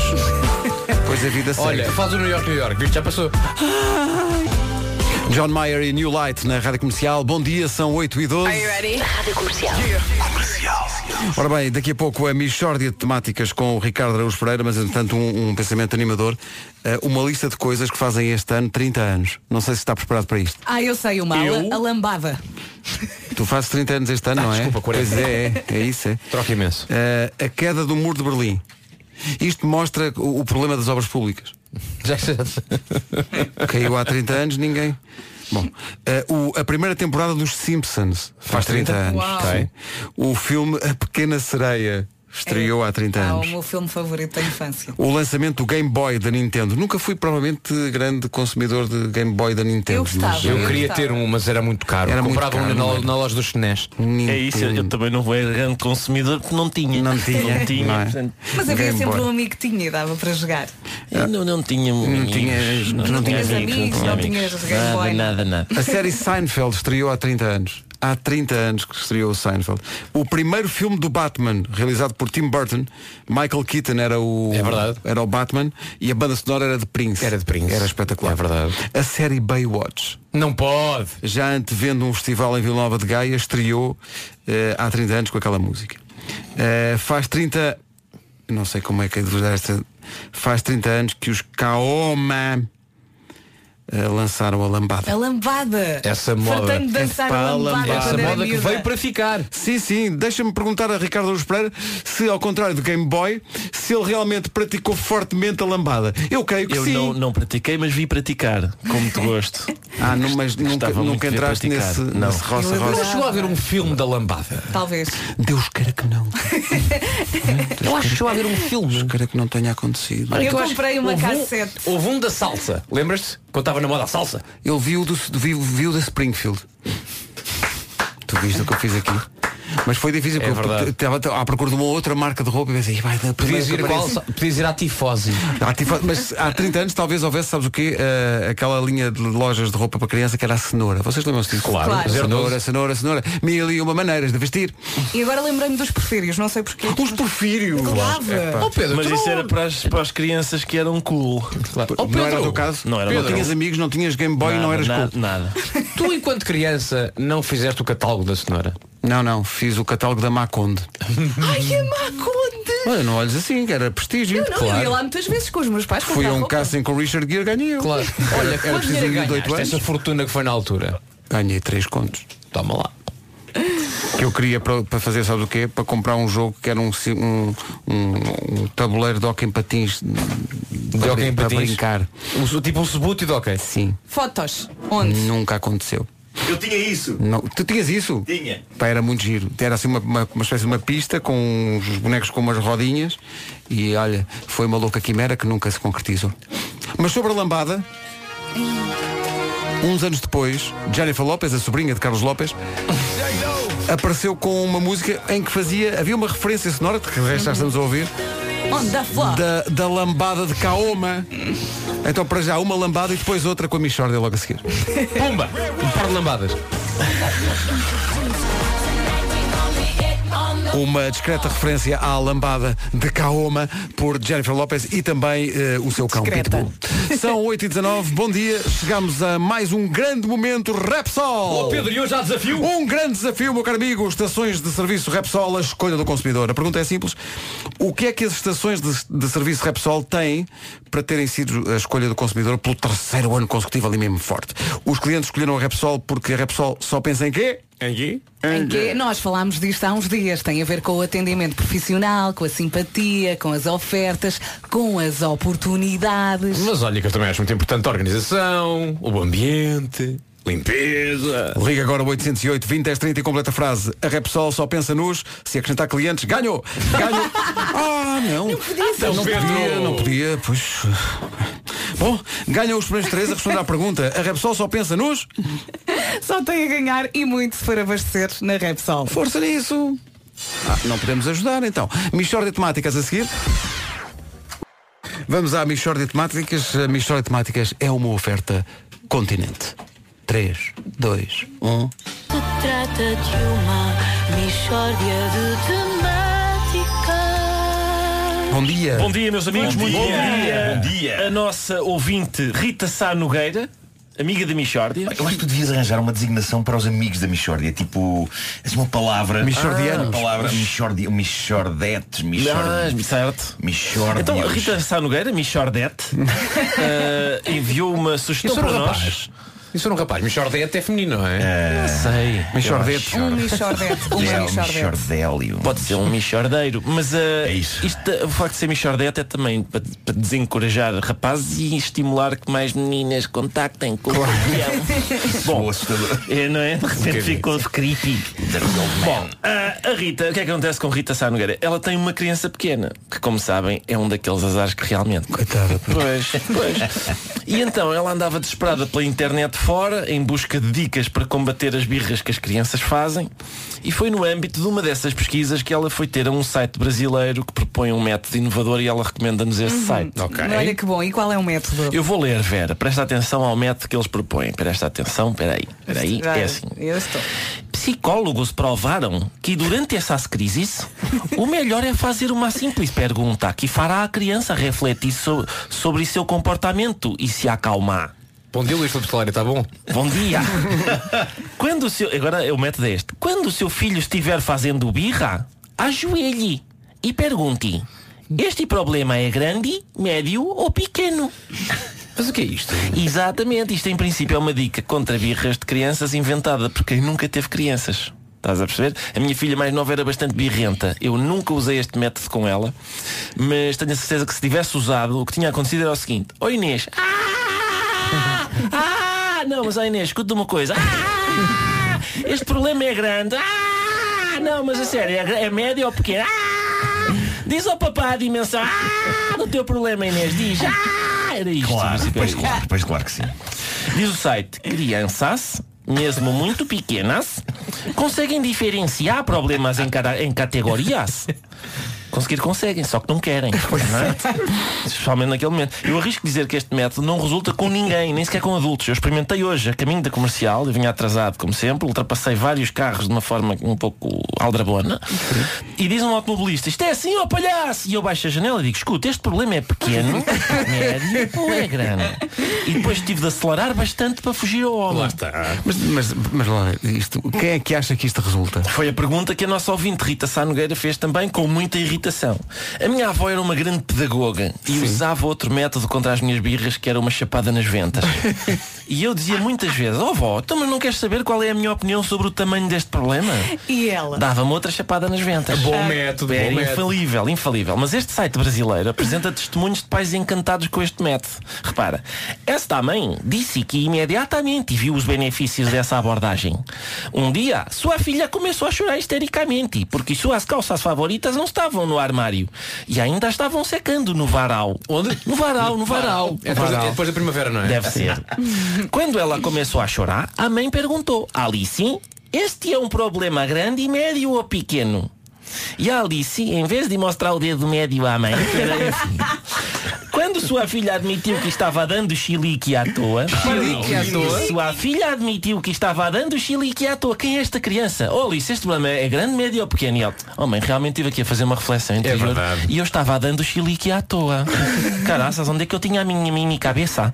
Speaker 2: depois a vida segue.
Speaker 6: Olha, faz o New York, New York, visto, já passou.
Speaker 2: John Mayer e New Light na Rádio Comercial. Bom dia, são 8 e 12.
Speaker 5: Rádio Comercial.
Speaker 2: Ora bem, daqui a pouco a Michórdia de Temáticas com o Ricardo Araújo Pereira, mas entretanto um, um pensamento animador. Eh, uma lista de coisas que fazem este ano 30 anos. Não sei se está preparado para isto.
Speaker 3: Ah, eu sei uma, a la-
Speaker 2: Eu?
Speaker 3: a lambada.
Speaker 2: Tu fazes 30 anos este ano,
Speaker 6: Ah,
Speaker 2: não é?
Speaker 6: desculpa, 40.
Speaker 2: Pois é, é, é isso. É.
Speaker 6: Troca imenso.
Speaker 2: Eh, a queda do muro de Berlim. Isto mostra o, o problema das obras públicas.
Speaker 6: [laughs] Já
Speaker 2: Caiu há 30 anos, ninguém. Bom, eh, o- a primeira temporada dos Simpsons faz 30 anos.
Speaker 3: Uau.
Speaker 2: Sim. O filme A Pequena Sereia estreou há 30
Speaker 3: Ah,
Speaker 2: anos.
Speaker 3: o meu filme favorito da infância.
Speaker 2: O lançamento do Game Boy da Nintendo. Nunca fui provavelmente grande consumidor de Game Boy da Nintendo.
Speaker 3: Eu gostava.
Speaker 2: mas,
Speaker 6: Eu
Speaker 2: eh,
Speaker 6: queria ter um, mas era muito caro.
Speaker 2: Era muito
Speaker 6: Comprava um
Speaker 2: caro,
Speaker 6: na-
Speaker 2: não
Speaker 6: na, loja dos chinês.
Speaker 10: É isso, eu, eu também não vou era grande consumidor porque não tinha. Não
Speaker 2: tinha,
Speaker 10: Não tinha.
Speaker 2: Hum. não é?
Speaker 10: portanto,
Speaker 3: Mas havia sempre um amigo que tinha e dava para jogar.
Speaker 2: Ah.
Speaker 10: Eu não, não tinha amigos,
Speaker 2: tinhas- não tinhas
Speaker 3: amigos, não tinhas Game
Speaker 10: Nada,
Speaker 3: Boy, não.
Speaker 10: nada, nada.
Speaker 2: A série Seinfeld estreou há 30 anos. Há 30 anos que estreou o Seinfeld. O primeiro filme do Batman, realizado por Tim Burton, Michael Keaton era o,
Speaker 6: É verdade.
Speaker 2: era o Batman e a banda sonora era de Prince.
Speaker 6: Era de Prince.
Speaker 2: Era espetacular.
Speaker 6: É verdade.
Speaker 2: A série Baywatch,
Speaker 6: Não pode.
Speaker 2: já antevendo um festival em Vila Nova de Gaia, estreou eh, há 30 anos com aquela música. Eh, faz 30. Não sei como é que é de vos dar esta. Faz 30 anos que os Kaoma eh, lançaram a lambada.
Speaker 3: A lambada.
Speaker 6: Essa moda.
Speaker 3: Fartando de dançar
Speaker 2: Epá,
Speaker 3: a
Speaker 2: lambada.
Speaker 3: lambada.
Speaker 6: Essa
Speaker 3: quando era
Speaker 6: moda que
Speaker 3: miúda.
Speaker 6: veio para ficar.
Speaker 2: Sim, sim, deixa-me perguntar a Ricardo Aruz Pereira se, ao contrário do Game Boy, se ele realmente praticou fortemente a lambada. Eu creio que
Speaker 10: Eu
Speaker 2: sim.
Speaker 10: não, não pratiquei, mas vi praticar, com muito gosto.
Speaker 2: Ah, não, mas nunca,
Speaker 10: Gostava muito
Speaker 2: nunca
Speaker 10: de ver
Speaker 2: entraste
Speaker 10: praticar.
Speaker 2: nesse,
Speaker 10: Não.
Speaker 2: nesse roça
Speaker 3: Eu adorava.
Speaker 2: roça.
Speaker 6: Não chegou a ver um filme da lambada.
Speaker 3: Talvez.
Speaker 2: Deus queira que não.
Speaker 6: Eu acho que chegou a ver um filme.
Speaker 2: Deus queira que não tenha acontecido.
Speaker 3: Eu
Speaker 6: que acho-
Speaker 3: comprei uma
Speaker 6: houve um-
Speaker 3: cassete.
Speaker 6: houve um da salsa. Lembras-te? Quando estava na moda a salsa.
Speaker 2: Eu vi o, do, vi, vi o da Springfield. Tu viste o que eu fiz aqui? Mas foi difícil
Speaker 6: É
Speaker 2: porque eu
Speaker 6: verdade.
Speaker 2: estava à procura de uma outra marca de roupa e pensei, vai, da primeira
Speaker 6: Podias
Speaker 2: que
Speaker 6: ir, qual,
Speaker 2: aparece.
Speaker 6: podias ir à tifose.
Speaker 2: Há tifa- Mas há 30 anos talvez houvesse, sabes o quê? Eh, aquela linha de lojas de roupa para criança que era a cenoura. Vocês lembram-se disso?
Speaker 6: Claro. Claro.
Speaker 2: Cenoura, cenoura, cenoura. Mil e uma maneiras de vestir.
Speaker 3: E agora lembrei-me dos perfírios, não sei porquê.
Speaker 2: Os Ah, porfírios. é
Speaker 6: Oh Pedro,
Speaker 10: Mas
Speaker 6: tu
Speaker 10: isso
Speaker 6: não-
Speaker 10: era para as, para as crianças que eram cool.
Speaker 6: Oh, Pedro,
Speaker 2: Não era o teu caso?
Speaker 10: Não era o meu
Speaker 2: tinhas
Speaker 10: caso.
Speaker 2: amigos, não tinhas Game Boy, não eras
Speaker 10: nada,
Speaker 2: cool.
Speaker 10: nada.
Speaker 6: [laughs] Tu enquanto criança não fizeste o catálogo da cenoura.
Speaker 2: Não, não, fiz o catálogo da Maconde. é-
Speaker 3: Ai, a Maconde!
Speaker 2: Olha, não olhes assim, que era prestígio.
Speaker 3: Eu não, eu ia lá muitas vezes com os meus pais comprar
Speaker 2: Fui a um
Speaker 3: roupa.
Speaker 2: casting com o Richard Gere, ganhei eu.
Speaker 6: Claro. Olha,
Speaker 2: era
Speaker 6: quanto
Speaker 2: preciso
Speaker 6: dinheiro
Speaker 2: um miúdo de oito
Speaker 6: ganhaste?
Speaker 2: anos.
Speaker 6: Essa fortuna que foi na altura.
Speaker 2: Ganhei três contos.
Speaker 6: Toma lá.
Speaker 2: que eu queria para, para fazer sabe o quê? Para comprar um jogo que era um, si- um, um- um tabuleiro de hockey em patins de
Speaker 6: De alguém
Speaker 2: para
Speaker 6: patins.
Speaker 2: brincar.
Speaker 6: Um su- tipo um subútil de ok.
Speaker 2: Sim,
Speaker 3: Fotos. Onde?
Speaker 2: nunca aconteceu.
Speaker 11: Eu tinha isso.
Speaker 2: Não, tu tinhas isso?
Speaker 11: Tinha.
Speaker 2: Pá, era muito giro. Era assim uma, uma, uma espécie de uma pista com os bonecos com umas rodinhas e olha, foi uma louca quimera que nunca se concretizou. Mas sobre a lambada, uns anos depois, Jennifer Lopes, a sobrinha de Carlos
Speaker 11: [laughs]
Speaker 2: Lopes, apareceu com uma música em que fazia, havia uma referência sonora, que de resto já estamos a ouvir,
Speaker 3: Onde da flor?
Speaker 2: da, da lambada de Kaoma. Então para já uma lambada e depois outra com a Michordia logo a seguir.
Speaker 6: Pumba! Um par de lambadas.
Speaker 2: Uma discreta referência à lambada de Kaoma por Jennifer Lopez e também eh, o seu cão
Speaker 3: Discreta.
Speaker 2: Pitbull. São 8h19, bom dia, chegamos a mais um grande momento
Speaker 11: Oh,
Speaker 2: Repsol!
Speaker 6: e hoje há desafio?
Speaker 2: Um grande desafio, meu caro amigo, estações de serviço Repsol, a escolha do consumidor. A pergunta é simples, o que é que as estações de, de serviço Repsol têm para terem sido a escolha do consumidor pelo terceiro ano consecutivo ali mesmo forte? Os clientes escolheram a Repsol porque a Repsol só pensa em quê?
Speaker 3: Em que nós falámos disto há uns dias, tem a ver com o atendimento profissional, com a simpatia, com as ofertas, com as oportunidades.
Speaker 6: Mas olha que eu também acho muito importante a organização, o ambiente, limpeza.
Speaker 2: Liga agora o 808 20 10 30 e completa a frase. A Repsol só pensa nos, se acrescentar clientes, ganhou! Ganhou!
Speaker 11: [laughs]
Speaker 2: ah, não! Não podia, não podia, não podia, pois. Bom, ganham os primeiros três a responder à pergunta. A Repsol só pensa nos.
Speaker 3: Só tem a ganhar e muito se for abastecer na Repsol.
Speaker 2: Força nisso! Ah, não podemos ajudar então. Michórdia de temáticas a seguir. Vamos à Michórdia de temáticas. A Michórdia de temáticas é uma oferta continente. um. 3, 2, 1.
Speaker 5: Se trata de uma mistória de temática.
Speaker 2: Bom dia!
Speaker 10: Bom dia, meus amigos.
Speaker 11: Bom
Speaker 10: Muito
Speaker 11: dia. Bom dia.
Speaker 10: A nossa ouvinte Rita Sá Nogueira Amiga da Michórdia?
Speaker 12: Eu acho que tu devias arranjar uma designação para os amigos da Michórdia. Tipo, assim, uma palavra.
Speaker 10: Michordianos.
Speaker 12: Uma palavra. Michordi, Michordetes.
Speaker 10: Ah, certo.
Speaker 12: Michordios.
Speaker 10: Então a Rita Sá Nogueira,
Speaker 6: [laughs]
Speaker 10: Michordete, eh, enviou uma sugestão
Speaker 6: Isso era
Speaker 10: para
Speaker 6: um
Speaker 10: nós.
Speaker 6: rapaz. Isso era um rapaz. Michordete é feminino, não é?
Speaker 10: Não sei.
Speaker 6: Michordete.
Speaker 3: Um michordete. Uma
Speaker 10: É um
Speaker 3: michordete.
Speaker 12: Michordélio.
Speaker 10: Pode ser um michordeiro, mas
Speaker 6: É
Speaker 10: eh, isto, o facto de ser michordete é também para, para desencorajar rapazes e estimular que mais meninas contactem com o campeão. Bom, é, não é? De repente ficou creepy. Bom, a, a Rita, o que é que acontece com Rita Sá Nogueira? Ela tem uma criança pequena, que como sabem é um daqueles azares que realmente.
Speaker 2: Coitada,
Speaker 10: pois, pois. E então ela andava desesperada pela internet fora em busca de dicas para combater as birras que as crianças fazem. E foi no âmbito de uma dessas pesquisas que ela foi ter a um site brasileiro que propõe um método inovador e ela recomenda-nos esse site.
Speaker 3: Olha que bom. E qual Uhum. é o método?
Speaker 10: Eu vou ler, Vera. Presta atenção ao método que eles propõem. Presta atenção, peraí. Peraí,
Speaker 3: Vai,
Speaker 10: é assim.
Speaker 3: Eu estou.
Speaker 10: Psicólogos provaram que durante essas crises o melhor é fazer uma simples pergunta que fará a criança refletir so- sobre seu comportamamento e se acalmar.
Speaker 6: Bom dia, Luís Filipe Solário, está bom?
Speaker 10: Bom dia. [laughs] Quando o seu, agora eu método é este. Quando o seu filho estiver fazendo birra, ajoelhe e pergunte: Este problema é grande, médio ou pequeno?
Speaker 6: Mas o que é isto?
Speaker 10: Exatamente, isto em princípio é uma dica contra birras de crianças inventada por quem nunca teve crianças. Estás a perceber? A minha filha mais nova era bastante birrenta. Eu nunca usei este método com ela, mas tenho a certeza que se tivesse usado, o que tinha acontecido era o seguinte: Oi Inês, [laughs] ah, não, mas ó Inês, escuta uma coisa. Ah, este problema é grande. Ah, não, mas a sério, é, gra- é médio ou pequeno? Ah, diz ao papá a dimensão ah, do teu problema, Inês. Diz. Ah, era isto.
Speaker 12: Claro,
Speaker 10: Mas,
Speaker 12: pois
Speaker 10: peraí.
Speaker 12: claro, pois claro que sim.
Speaker 10: Diz o site, crianças, mesmo muito pequenas, conseguem diferenciar problemas em, cada, em categorias? Conseguir conseguem, só que não querem. não é? Especialmente naquele momento. Eu arrisco dizer que este método não resulta com ninguém, nem sequer com adultos. Eu experimentei hoje a caminho da comercial, eu vinha atrasado, como sempre, ultrapassei vários carros de uma forma um pouco aldrabona. E diz um automobilista, isto é assim, ó palhaço! E eu baixo a janela e digo, escuta, este problema é pequeno, médio ou é grande? E depois tive de acelerar bastante para fugir ao homem.
Speaker 2: Mas, mas, mas lá, isto, quem é que acha que isto resulta?
Speaker 10: Foi a pergunta que a nossa ouvinte Rita Sá Nogueira fez também com muita irritação. A minha avó era uma grande pedagoga e usava outro método contra as minhas birras que era uma chapada nas
Speaker 2: [laughs]
Speaker 10: ventas. e eu dizia muitas vezes, ó avó, então mas não queres saber qual é a minha opinião sobre o tamanho deste problema?
Speaker 3: E ela?
Speaker 10: Dava-me outra chapada nas ventas.
Speaker 6: Bom método,
Speaker 10: Era
Speaker 6: bom método.
Speaker 10: infalível, infalível. Mas este site brasileiro apresenta testemunhos de pais encantados com este método. Repara, esta mãe disse que imediatamente viu os benefícios dessa abordagem. Um dia, sua filha começou a chorar histericamente porque suas calças favoritas não estavam no armário e ainda estavam secando no varal. Onde? No varal, no varal.
Speaker 6: É depois, da-
Speaker 10: Varal.
Speaker 6: é depois da primavera, não é?
Speaker 10: Deve ser. [laughs] Quando ela começou a chorar, a mãe perguntou: Alice, este é um problema grande, médio ou pequeno? E a Alice, em vez de mostrar o dedo médio à mãe, [laughs] que era esse, quando sua filha admitiu que estava dando chilique à toa,
Speaker 6: Chilique à toa?
Speaker 10: sua filha admitiu que estava dando chilique à toa. Quem é esta criança? Oh, Alice, este problema é grande, médio ou pequeno? E ela, oh mãe, realmente estive aqui a fazer uma reflexão interior
Speaker 6: verdade.
Speaker 10: e eu estava dando chilique à toa. Caraças, onde é que eu tinha a minha mini cabeça?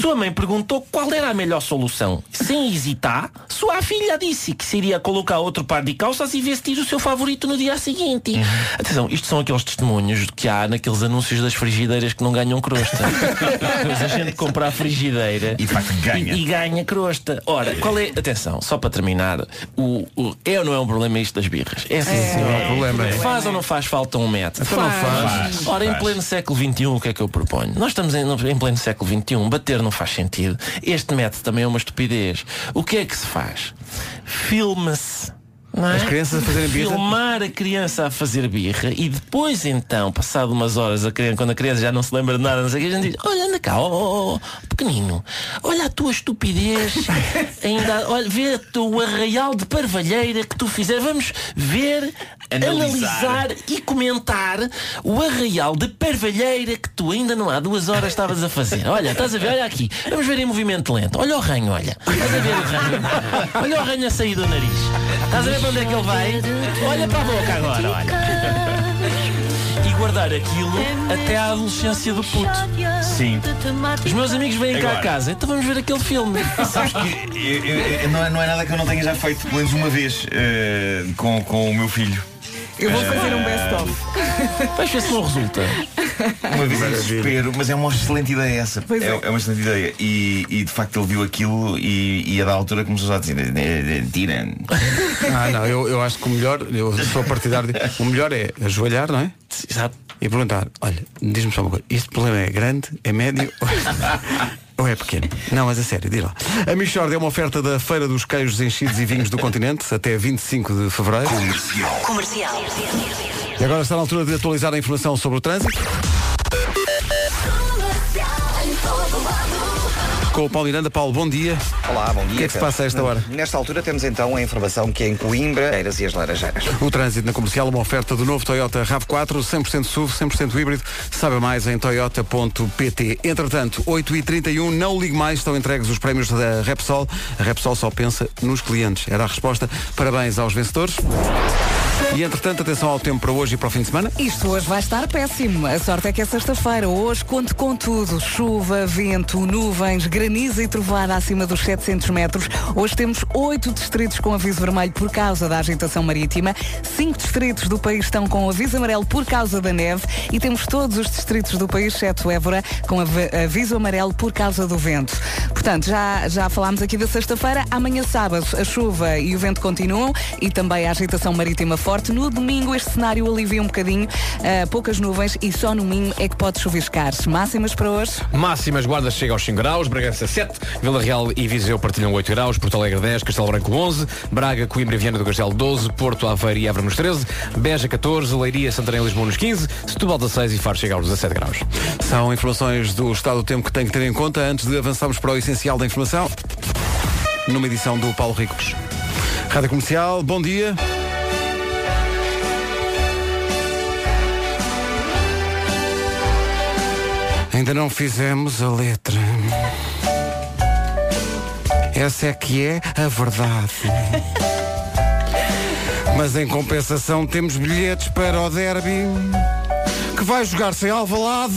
Speaker 10: Sua mãe perguntou qual era a melhor solução. Sem hesitar, sua filha disse que seria colocar outro par de calças e vestir o seu favorito no dia seguinte.
Speaker 5: Uhum.
Speaker 10: Atenção, isto são aqueles testemunhos que há naqueles anúncios das frigideiras que não ganham
Speaker 12: [laughs]
Speaker 10: crosta. Depois a gente compra a frigideira
Speaker 12: E de facto ganha.
Speaker 10: e ganha crosta. Ora, qual é. Atenção, só para terminar, o, o- é ou não é um problema isto das birras? É sim, senhor.
Speaker 2: É um problema.
Speaker 10: Faz ou não faz falta um metro?
Speaker 2: Então não faz.
Speaker 10: Ora, em pleno século XXI, o que é que eu proponho? Nós estamos em, em pleno século XXI, bater não faz sentido. Este método também é uma estupidez. O que é que se faz? Filma-se. não é?
Speaker 2: As crianças a fazerem birra?
Speaker 10: Filmar a criança a fazer birra e depois então, passado umas horas, a criança, quando a criança já não se lembra de nada, não sei o que, a gente diz, olha anda cá, ó, ó, ó, pequenino, olha a tua
Speaker 2: [laughs]
Speaker 10: estupidez, ainda, olha, vê o arraial de parvalheira que tu fizer, vamos ver, analisar,
Speaker 12: Analisar.
Speaker 10: e comentar o arraial de parvalheira que tu ainda não há duas horas estavas a fazer. Olha, estás a ver, olha aqui, vamos ver em movimento lento. Olha o ranho, olha. Estás a ver o ranho. Olha o ranho a sair do nariz. Estás a ver para onde é que ele vai? Olha para a boca agora, olha. E guardar aquilo até à adolescência do puto.
Speaker 12: Sim.
Speaker 10: Os meus amigos vêm cá a
Speaker 12: Agora.
Speaker 10: casa, então vamos ver aquele filme.
Speaker 12: [laughs] Sabes que eu- eu- eu- não, é, não é nada que eu não tenha já feito pelo menos uma vez eh, com, com o meu filho.
Speaker 11: Eu vou
Speaker 12: Eh,
Speaker 11: fazer um best-of.
Speaker 10: Vais ver se não Então resulta.
Speaker 12: Uma vez em desespero, mas é uma excelente ideia essa.
Speaker 11: Pois
Speaker 12: É,
Speaker 11: é.
Speaker 12: é uma excelente ideia. E, e, de facto ele viu aquilo e, e a da altura começou já a dizer "Eh, eh, tira.
Speaker 2: Ah, não, eu, eu acho que o melhor, eu sou partidário, de- o melhor é ajoelhar, não é?
Speaker 10: Exato.
Speaker 2: E perguntar, olha, diz-me só uma coisa, este problema é grande, é médio [laughs] ou é, ou é pequeno? Não, mas a sério, diz lá. A Michord é uma oferta da Feira dos Queijos Enchidos e Vinhos do Continente até 25 de Fevereiro.
Speaker 5: Comercial.
Speaker 2: E agora está na altura de atualizar a informação sobre o trânsito. Com o Paulo Miranda. Paulo, bom dia.
Speaker 1: Olá, bom dia.
Speaker 2: O que é que se
Speaker 1: Pedro.
Speaker 2: passa a esta hora?
Speaker 1: Nesta altura temos então a informação que é em Coimbra, Eiras e as Laranjeiras.
Speaker 2: [laughs] O trânsito na comercial, uma oferta do novo Toyota RAV4, 100% SUV, 100% híbrido. Saiba mais em toyota.pt. Entretanto, 8h31, não ligue mais, estão entregues os prémios da Repsol. A Repsol só pensa nos clientes. Era a resposta. Parabéns aos vencedores. E entretanto, atenção ao tempo para hoje e para o fim de semana.
Speaker 3: Isto hoje vai estar péssimo. A sorte é que é sexta-feira. Hoje conto com tudo. Chuva, vento, nuvens, granizo e trovada acima dos 700 metros. Hoje temos oito distritos com aviso vermelho por causa da agitação marítima. Cinco distritos do país estão com aviso amarelo por causa da neve. E temos todos os distritos do país, exceto Évora, com av- aviso amarelo por causa do vento. Portanto, já, já falámos aqui da sexta-feira. Amanhã sábado a chuva e o vento continuam e também a agitação marítima forte. No domingo este cenário alivia um bocadinho, ah, poucas nuvens e só no Minho é que pode chuviscar. Máximas para hoje?
Speaker 6: Máximas guardas chega aos 5 graus, Bragança 7, Vila Real e Viseu partilham 8 graus, Porto Alegre 10, Castelo Branco 11, Braga, Coimbra e Viana do Castelo 12, Porto, Aveiro e Évora nos 13, Beja 14, Leiria, Santarém e Lisboa nos 15, Setúbal 16 e Faro chega aos 17 graus.
Speaker 2: São informações do estado do tempo que tem que ter em conta antes de avançarmos para o essencial da informação. Numa edição do Paulo Ricos. Rádio Comercial, bom dia. Ainda não fizemos a letra. Essa é que é a verdade. Mas em compensação temos bilhetes para o derby que vai jogar-se em Alvalade.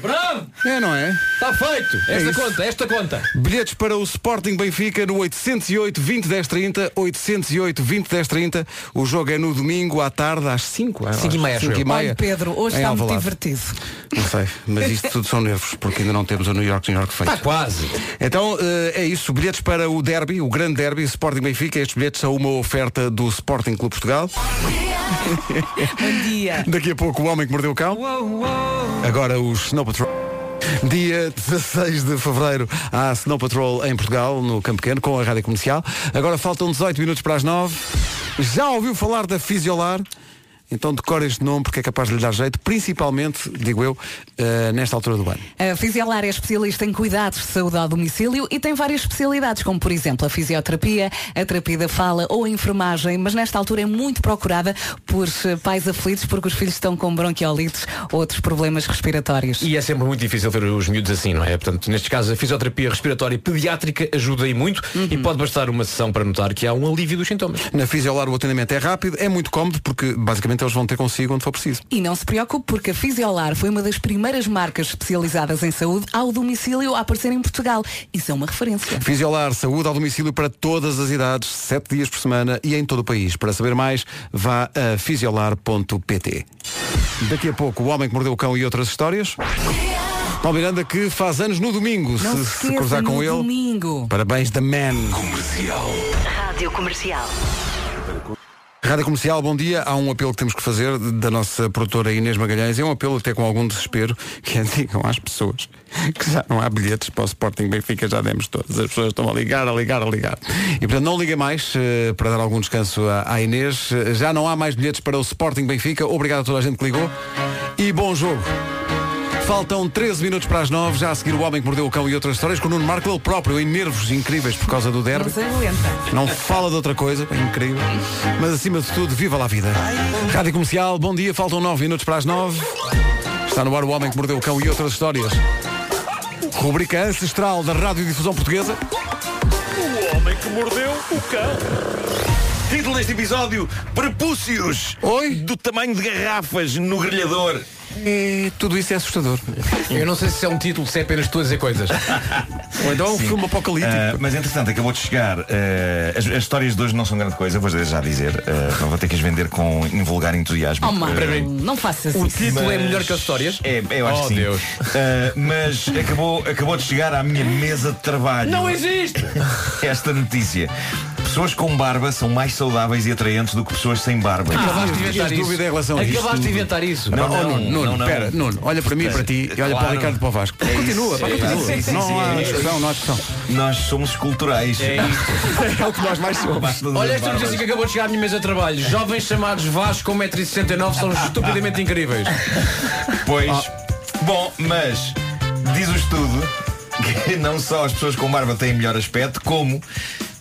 Speaker 6: Bravo!
Speaker 2: É, não é?
Speaker 6: Está feito!
Speaker 2: É
Speaker 6: Esta
Speaker 2: isso.
Speaker 6: conta, esta conta!
Speaker 2: Bilhetes para o Sporting Benfica no 808 20 10 30 808 20 10 30. O jogo é no domingo à tarde às 5. às
Speaker 6: Cinco e meia, acho eu.
Speaker 3: Olha, Pedro, hoje
Speaker 2: em
Speaker 3: está muito
Speaker 2: Alvalade.
Speaker 3: divertido.
Speaker 2: Não sei, mas isto tudo são nervos, porque ainda não temos o New York, New York feito.
Speaker 6: Está quase.
Speaker 2: Então eh, é isso, bilhetes para o derby, o grande derby, Sporting Benfica. Estes bilhetes são uma oferta do Sporting Clube Portugal.
Speaker 3: Bom dia.
Speaker 2: [laughs] Daqui a pouco o homem que mordeu o cão. Agora o Snow Patrol. Dia 16 de fevereiro há Snow Patrol em Portugal, no Campo Pequeno, com a rádio comercial. Agora faltam 18 minutos para as 9. Já ouviu falar da Fisiolar? Então decore este nome porque é capaz de lhe dar jeito, principalmente, digo eu, eh, nesta altura do ano.
Speaker 3: A Fisiolar é especialista em cuidados de saúde ao domicílio e tem várias especialidades, como por exemplo a fisioterapia, a terapia da fala ou a enfermagem, mas nesta altura é muito procurada por eh, pais aflitos porque os filhos estão com bronquiolites ou outros problemas respiratórios.
Speaker 6: E é sempre muito difícil ter os miúdos assim, não é? Portanto, nestes casos, a fisioterapia respiratória e pediátrica ajuda aí muito
Speaker 2: Uhum.
Speaker 6: e pode bastar uma sessão para notar que há um alívio dos sintomas.
Speaker 2: Na Fisiolar o atendimento é rápido, é muito cómodo porque basicamente eles vão ter consigo onde for preciso.
Speaker 3: E não se preocupe porque a Fisiolar foi uma das primeiras marcas especializadas em saúde ao domicílio a aparecer em Portugal. Isso é uma referência.
Speaker 2: Fisiolar, saúde ao domicílio para todas as idades, 7 dias por semana e em todo o país. Para saber mais, vá a fisiolar.pt. Daqui a pouco, o homem que mordeu o cão e outras histórias. Paulo Miranda que faz anos no domingo,
Speaker 3: Não
Speaker 2: se,
Speaker 3: se
Speaker 2: se
Speaker 3: esqueça,
Speaker 2: cruzar com
Speaker 3: no
Speaker 2: ele.
Speaker 3: domingo.
Speaker 2: Parabéns da Man.
Speaker 5: Rádio Comercial.
Speaker 2: Rádio Comercial, bom dia. Há um apelo que temos que fazer da nossa produtora Inês Magalhães. É um apelo até com algum desespero, que é [laughs] digam às pessoas que já não há bilhetes para o Sporting Benfica, já demos todos. As pessoas estão a ligar, a ligar, a ligar. E portanto não liga mais eh, para dar algum descanso à, à Inês. Eh, Já não há mais bilhetes para o Sporting Benfica. Obrigado a toda a gente que ligou. E bom jogo. Faltam 13 minutos para as 9, já a seguir o Homem que Mordeu o Cão e outras histórias com o Nuno Marco, ele próprio, em nervos incríveis por causa do derby.
Speaker 3: Mas aguenta.
Speaker 2: Não fala de outra coisa, é incrível. Mas acima de tudo, viva lá a vida. Rádio Comercial, bom dia, faltam 9 minutos para as 9. Está no ar o Homem que Mordeu o Cão e outras histórias. Rubrica ancestral da Rádio Difusão Portuguesa.
Speaker 11: O homem que mordeu o cão.
Speaker 12: Título deste episódio: Prepúcios do tamanho de garrafas no grelhador.
Speaker 2: E tudo isso é assustador.
Speaker 6: Eu não sei se é um título, se é apenas tu a dizer coisas.
Speaker 2: [laughs] Ou então é um
Speaker 12: Sim.
Speaker 2: filme apocalíptico.
Speaker 12: Ah, mas entretanto acabou de chegar. ah, as, as histórias de hoje não são grande coisa, vou já dizer. ah, não vou ter que as vender com invulgar entusiasmo.
Speaker 3: Oh, Marco,
Speaker 12: Ah, é
Speaker 3: não faças isso.
Speaker 12: que as histórias? É, eu acho que sim. Ah, mas acabou, acabou de chegar à minha mesa de trabalho.
Speaker 11: Não existe!
Speaker 12: [laughs] Esta notícia. Pessoas com barba são mais saudáveis e atraentes do que pessoas sem barba.
Speaker 2: Acabaste de inventar isso.
Speaker 6: Acabaste de inventar isso.
Speaker 12: Não,
Speaker 2: Pá, oh,
Speaker 12: não,
Speaker 2: Nuno, Nuno,
Speaker 12: não, não.
Speaker 2: pera, Nuno, olha para mim e para ti e olha para o
Speaker 12: Claro.
Speaker 2: Ricardo e para o Vasco.
Speaker 12: É
Speaker 2: continua,
Speaker 12: isso,
Speaker 2: pá,
Speaker 12: é
Speaker 2: continua.
Speaker 12: isso. Sim, sim,
Speaker 2: não
Speaker 12: sim,
Speaker 2: há
Speaker 12: é isso.
Speaker 2: discussão, não há discussão.
Speaker 12: Nós somos culturais.
Speaker 6: É
Speaker 2: [laughs] é o que nós mais somos.
Speaker 6: Olha esta notícia que acabou de chegar à minha mesa de trabalho. Jovens chamados Vasco um com
Speaker 2: [laughs]
Speaker 6: 1,69m são estupidamente incríveis.
Speaker 12: Pois. Bom, mas diz o estudo que não só as pessoas com barba têm melhor aspecto, como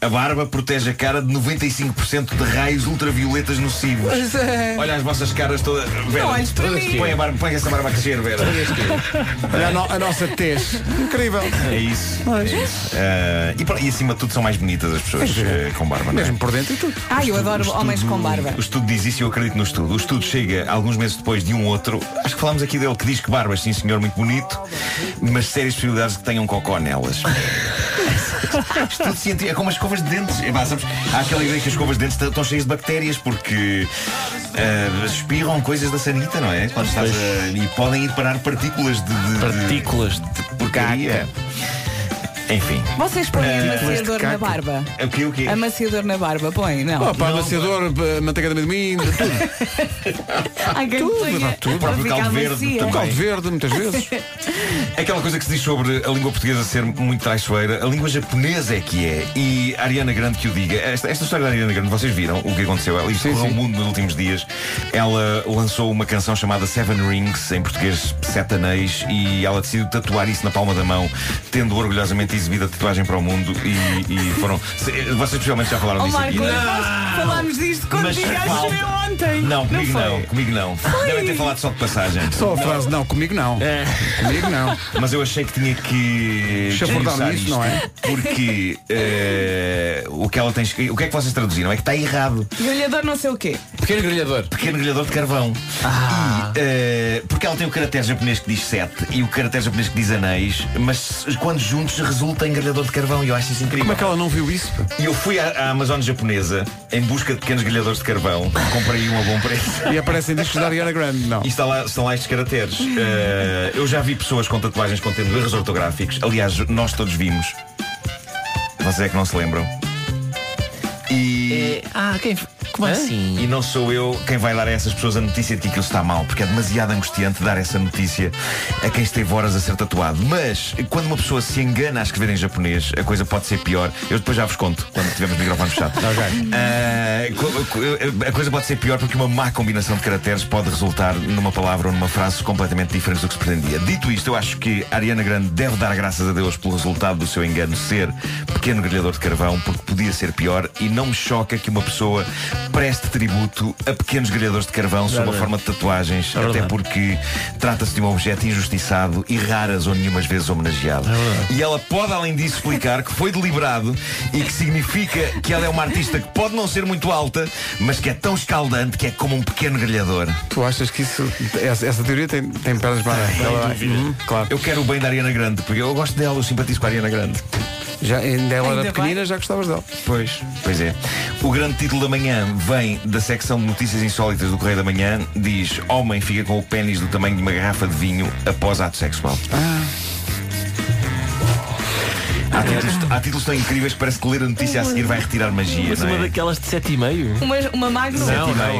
Speaker 12: a barba protege a cara de 95% de raios ultravioletas nocivos.
Speaker 11: Pois é.
Speaker 12: Olha as vossas caras todas. Vera,
Speaker 11: olhes para
Speaker 12: todas
Speaker 11: mim.
Speaker 12: que- põe, a barba, põe essa barba a crescer, Vera.
Speaker 2: Olha a, no- a nossa tez. Incrível.
Speaker 12: É isso.
Speaker 2: Pois.
Speaker 12: É isso. Ah, e, pro- e acima de tudo são mais bonitas as pessoas eh, com barba, não é?
Speaker 2: Mesmo por dentro e tudo.
Speaker 3: Ah, eu adoro homens com barba.
Speaker 12: O estudo diz isso e eu acredito no estudo. O estudo chega alguns meses depois de um outro, acho que falámos aqui dele, que diz que barbas, sim senhor, muito bonito, mas sérias possibilidades de que tenham cocó nelas.
Speaker 3: [laughs]
Speaker 12: estudo científico, é como as escovas de dentes. É, pá, sabes, há aquela ideia que as escovas de dentes t- estão cheias de bactérias porque ah, espirram coisas da sanita, não é? Quando estás a- e podem ir parar partículas de. partículas de porcaria. Enfim.
Speaker 3: Vocês põem
Speaker 12: Ah,
Speaker 3: amaciador na barba.
Speaker 12: É O que, o que?
Speaker 3: Amaciador na barba, põe, não.
Speaker 2: Oh, pá,
Speaker 3: [laughs]
Speaker 2: amaciador, eh, manteiga de amendoim, de tudo.
Speaker 3: Alguém põe
Speaker 2: pá, tudo.
Speaker 12: O próprio
Speaker 2: Fica
Speaker 12: caldo
Speaker 2: macia.
Speaker 12: verde.
Speaker 2: O caldo verde, muitas vezes.
Speaker 12: é. [laughs] Aquela coisa que se diz sobre a língua portuguesa ser muito traiçoeira, a língua japonesa é que é. E a Ariana Grande que o diga. Esta, esta história da Ariana Grande, vocês viram o que aconteceu? Ela explorou o mundo nos últimos dias. Ela lançou uma canção chamada Seven Rings, em português sete anéis, e ela decidiu tatuar isso na palma da mão, tendo orgulhosamente exibido a tatuagem para o mundo. E, e foram. se- Vocês possivelmente já falaram
Speaker 3: Oh
Speaker 12: disso aqui.
Speaker 3: Marco,
Speaker 12: não é?
Speaker 3: nós falámos disto
Speaker 12: Mas
Speaker 3: contigo, acho
Speaker 12: falta-
Speaker 3: eu ontem.
Speaker 12: Não, comigo
Speaker 3: foi?
Speaker 12: não, comigo não. Devem ter falado só de passagem.
Speaker 2: Só a frase, não, comigo não. Comigo não.
Speaker 12: É. Mas eu achei que tinha que
Speaker 2: Chafurdar
Speaker 12: esmiuçar
Speaker 2: nisso,
Speaker 12: é isto,
Speaker 2: não é?
Speaker 12: Porque eh, o que ela tem escrito- O que é que vocês traduziram? É que está errado.
Speaker 3: Grelhador não sei o quê.
Speaker 12: Pequeno grelhador. Pequeno grelhador de carvão. E, eh, porque ela tem o caractere japonês que diz sete e o caractere japonês que diz anéis, mas quando juntos resulta em grelhador de carvão e eu acho isso incrível.
Speaker 2: Como é que ela não viu isso?
Speaker 12: E eu fui à, à Amazon japonesa em busca de pequenos grelhadores de carvão, comprei um a bom preço.
Speaker 2: E aparecem discos da Ariana Grande, não.
Speaker 12: E está lá, estão lá estes caracteres. Eh, eu já vi pessoas com tatuagens contendo erros ortográficos. Aliás, nós todos vimos. Vocês é que não se lembram. E.
Speaker 10: Ah, quem. Como assim?
Speaker 12: E não sou eu quem vai dar a essas pessoas a notícia de que aquilo está mal, porque é demasiado angustiante dar essa notícia a quem esteve horas a ser tatuado. Mas quando uma pessoa se engana a escrever em japonês, a coisa pode ser pior. Eu depois já vos conto quando tivermos o microfone fechado. Ah, co- co- a coisa pode ser pior porque uma má combinação de caracteres pode resultar numa palavra ou numa frase completamente diferente do que se pretendia. Dito isto, eu acho que a Ariana Grande deve dar graças a Deus pelo resultado do seu engano ser pequeno grelhador de carvão, porque podia ser pior e não me choca que uma pessoa preste tributo a pequenos grelhadores de carvão sob a
Speaker 10: Verdade. É
Speaker 12: forma de tatuagens, até
Speaker 10: verdade.
Speaker 12: porque trata-se de um objeto injustiçado e raras ou nenhumas vezes homenageado. E ela pode, além disso, explicar que foi deliberado e que significa que ela é uma artista que pode não ser muito alta, mas que é tão escaldante que é como um pequeno grelhador.
Speaker 2: Tu achas que isso, essa, essa teoria tem, tem pernas para ela- Hum, claro.
Speaker 12: Eu quero o bem da Ariana Grande, porque eu gosto dela, eu simpatizo com a Ariana Grande.
Speaker 2: Já, ainda é ela
Speaker 12: Ainda
Speaker 2: era pequenina, já gostavas dela.
Speaker 12: Pois. Pois é. O grande título da manhã vem da secção de notícias insólitas do Correio da Manhã. Diz: Homem fica com o pênis do tamanho de uma garrafa de vinho após ato sexual.
Speaker 2: Ah.
Speaker 12: Há títulos, há títulos tão incríveis que parece que ler a notícia a seguir vai retirar magia.
Speaker 10: Mas
Speaker 12: não
Speaker 10: uma
Speaker 12: é?
Speaker 10: daquelas de 7,5?
Speaker 3: Uma, uma magnum.
Speaker 12: Sete e meio,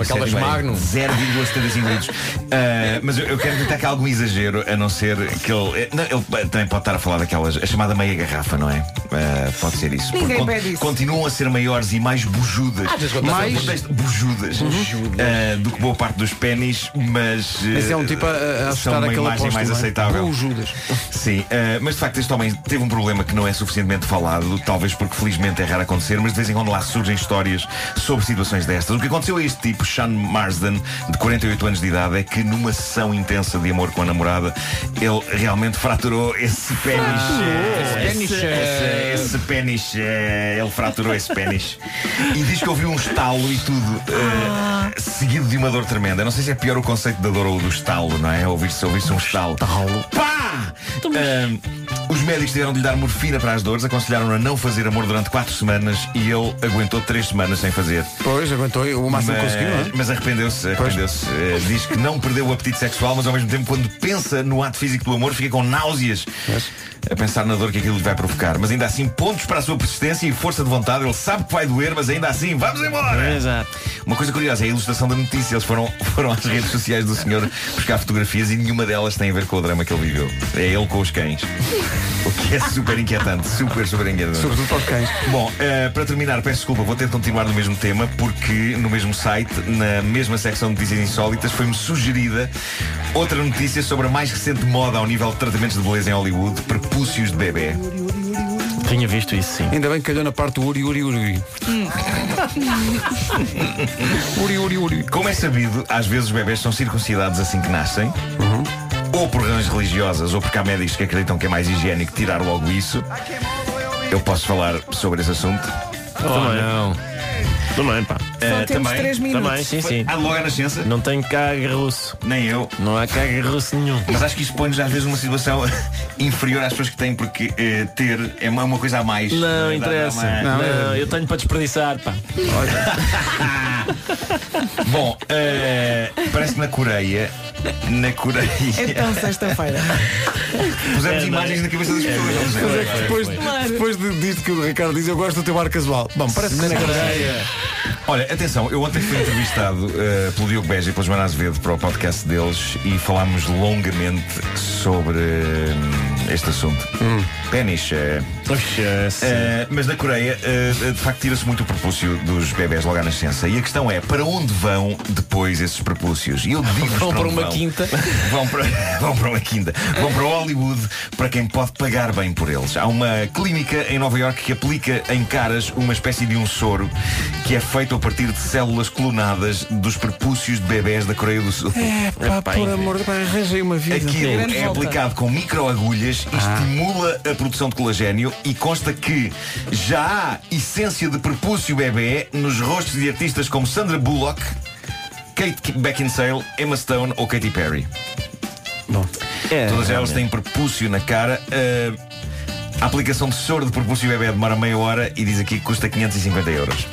Speaker 12: sete e meio. 0,75 litros. Ah, mas eu, eu quero acreditar que há algum exagero, a não ser que ele. eh, não, ele eh, também pode estar a falar daquelas. A chamada meia garrafa, não é? Ah, pode ser isso.
Speaker 11: Ninguém
Speaker 12: con-
Speaker 11: pede isso.
Speaker 12: Continuam a ser maiores e mais bujudas.
Speaker 11: Ah, desculpa,
Speaker 12: mais
Speaker 11: desculpa.
Speaker 12: bujudas.
Speaker 2: Uhum.
Speaker 12: Ah, do que boa parte dos pênis, mas. eh,
Speaker 2: Mas é um tipo a, a
Speaker 12: são
Speaker 2: assustar
Speaker 12: uma
Speaker 2: aquele
Speaker 12: imagem
Speaker 2: apóstolo.
Speaker 12: mais
Speaker 2: não é?
Speaker 12: aceitável.
Speaker 2: Com o Judas.
Speaker 12: Sim, eh, mas de facto este homem teve um problema que não é suficientemente falado, talvez porque felizmente é raro acontecer, mas de vez em quando lá surgem histórias sobre situações destas. O que aconteceu a este tipo, Sean Marsden, de 48 anos de idade, é que numa sessão intensa de amor com a namorada, ele realmente fraturou esse pênis. eh,
Speaker 11: Ah, esse pênis,
Speaker 12: esse-
Speaker 11: eh.
Speaker 12: esse pênis. eh, Ele fraturou esse pênis. E diz que ouviu um estalo e tudo, eh, seguido de uma dor tremenda. Eu não sei se é pior o conceito da dor ou o do estalo, não é? Ouvir-se ouvir um estalo. Pá! Ahm, os médicos tiveram de lhe dar morfina para as dores, aconselharam-no a não fazer amor durante 4 semanas e ele aguentou 3 semanas sem fazer.
Speaker 2: Pois, aguentou o máximo que
Speaker 12: Mas-
Speaker 2: conseguiu, não é?
Speaker 12: Mas arrependeu-se, arrependeu-se. Eh, diz que não perdeu o apetite sexual, mas ao mesmo tempo, quando pensa no ato físico do amor, fica com náuseas a pensar na dor que aquilo lhe vai provocar. Mas ainda assim, pontos para a sua persistência e força de vontade. Ele sabe que vai doer, mas ainda assim, vamos embora! Exato. Uma coisa curiosa é a ilustração da notícia. Eles foram, [laughs] foram às redes sociais do senhor buscar fotografias e nenhuma delas tem a ver com o drama que ele viveu. É ele com os cães. O que é super inquietante, super, super inquietante.
Speaker 2: Sobretudo para os cães.
Speaker 12: Bom, eh, para terminar, peço desculpa, vou ter de continuar no mesmo tema, porque no mesmo site, na mesma secção de notícias insólitas, foi-me sugerida outra notícia sobre a mais recente moda ao nível de tratamentos de beleza em Hollywood, prepúcios de bebê.
Speaker 10: Tinha visto isso, sim.
Speaker 2: Ainda bem que calhou na parte do Uri, Uri, Uri.
Speaker 12: Uri, uri, uri. Como é sabido, às vezes os bebés são circuncidados assim que nascem. Ou por razões religiosas, ou porque há médicos que acreditam que é mais higiênico tirar logo isso. Eu posso falar sobre esse assunto?
Speaker 10: Oh, Também. não. Também, pá.
Speaker 12: Eh, também?
Speaker 10: Também, sim, sim.
Speaker 12: Há logo a nascença?
Speaker 10: Não tenho caga russo.
Speaker 12: Nem eu.
Speaker 10: Não há caga russo nenhum.
Speaker 12: Mas acho que isso põe-nos às vezes uma situação [laughs] inferior às pessoas que têm, porque eh, ter é uma, uma coisa a mais.
Speaker 10: Não
Speaker 12: Dá- dá uma-
Speaker 10: interessa. Não, eu tenho para desperdiçar, pá. [laughs]
Speaker 12: Bom, eh, parece que na Coreia. Na Coreia.
Speaker 11: Então,
Speaker 3: sexta-feira.
Speaker 12: Pusemos imagens na cabeça das pessoas. não sei.
Speaker 2: Mas é que depois, depois de, disto que o Ricardo diz, eu gosto do teu ar casual. Bom, parece que
Speaker 12: Na
Speaker 2: sim. é.
Speaker 12: Coreia. Olha, atenção, eu ontem fui entrevistado eh, pelo Diogo Beja e pela Joana Azevedo para o podcast deles e falámos longamente sobre eh, este assunto. Pênis. eh. Eh, mas na Coreia, eh, de facto, tira-se muito o prepúcio dos bebés logo à nascença. E a questão é, para onde vão depois esses prepúcios? E eu digo
Speaker 6: Vão para uma
Speaker 12: [laughs]
Speaker 6: quinta.
Speaker 12: Vão para, vão para uma quinta. Vão para Hollywood, para quem pode pagar bem por eles. Há uma clínica em Nova York que aplica em caras uma espécie de um soro que é feito a partir de células clonadas dos prepúcios de bebés da Coreia do Sul.
Speaker 2: É, pá, por amor de pá, arranjei uma vida.
Speaker 12: Aquilo é aplicado com microagulhas, estimula a produção de colagênio e consta que já há essência de prepúcio bebê nos rostos de artistas como Sandra Bullock, Kate Beckinsale, Emma Stone ou Katy Perry. Todas elas têm prepúcio na cara. Ah, a aplicação de soro de prepúcio bebê demora meia hora e diz aqui que custa 550 euros.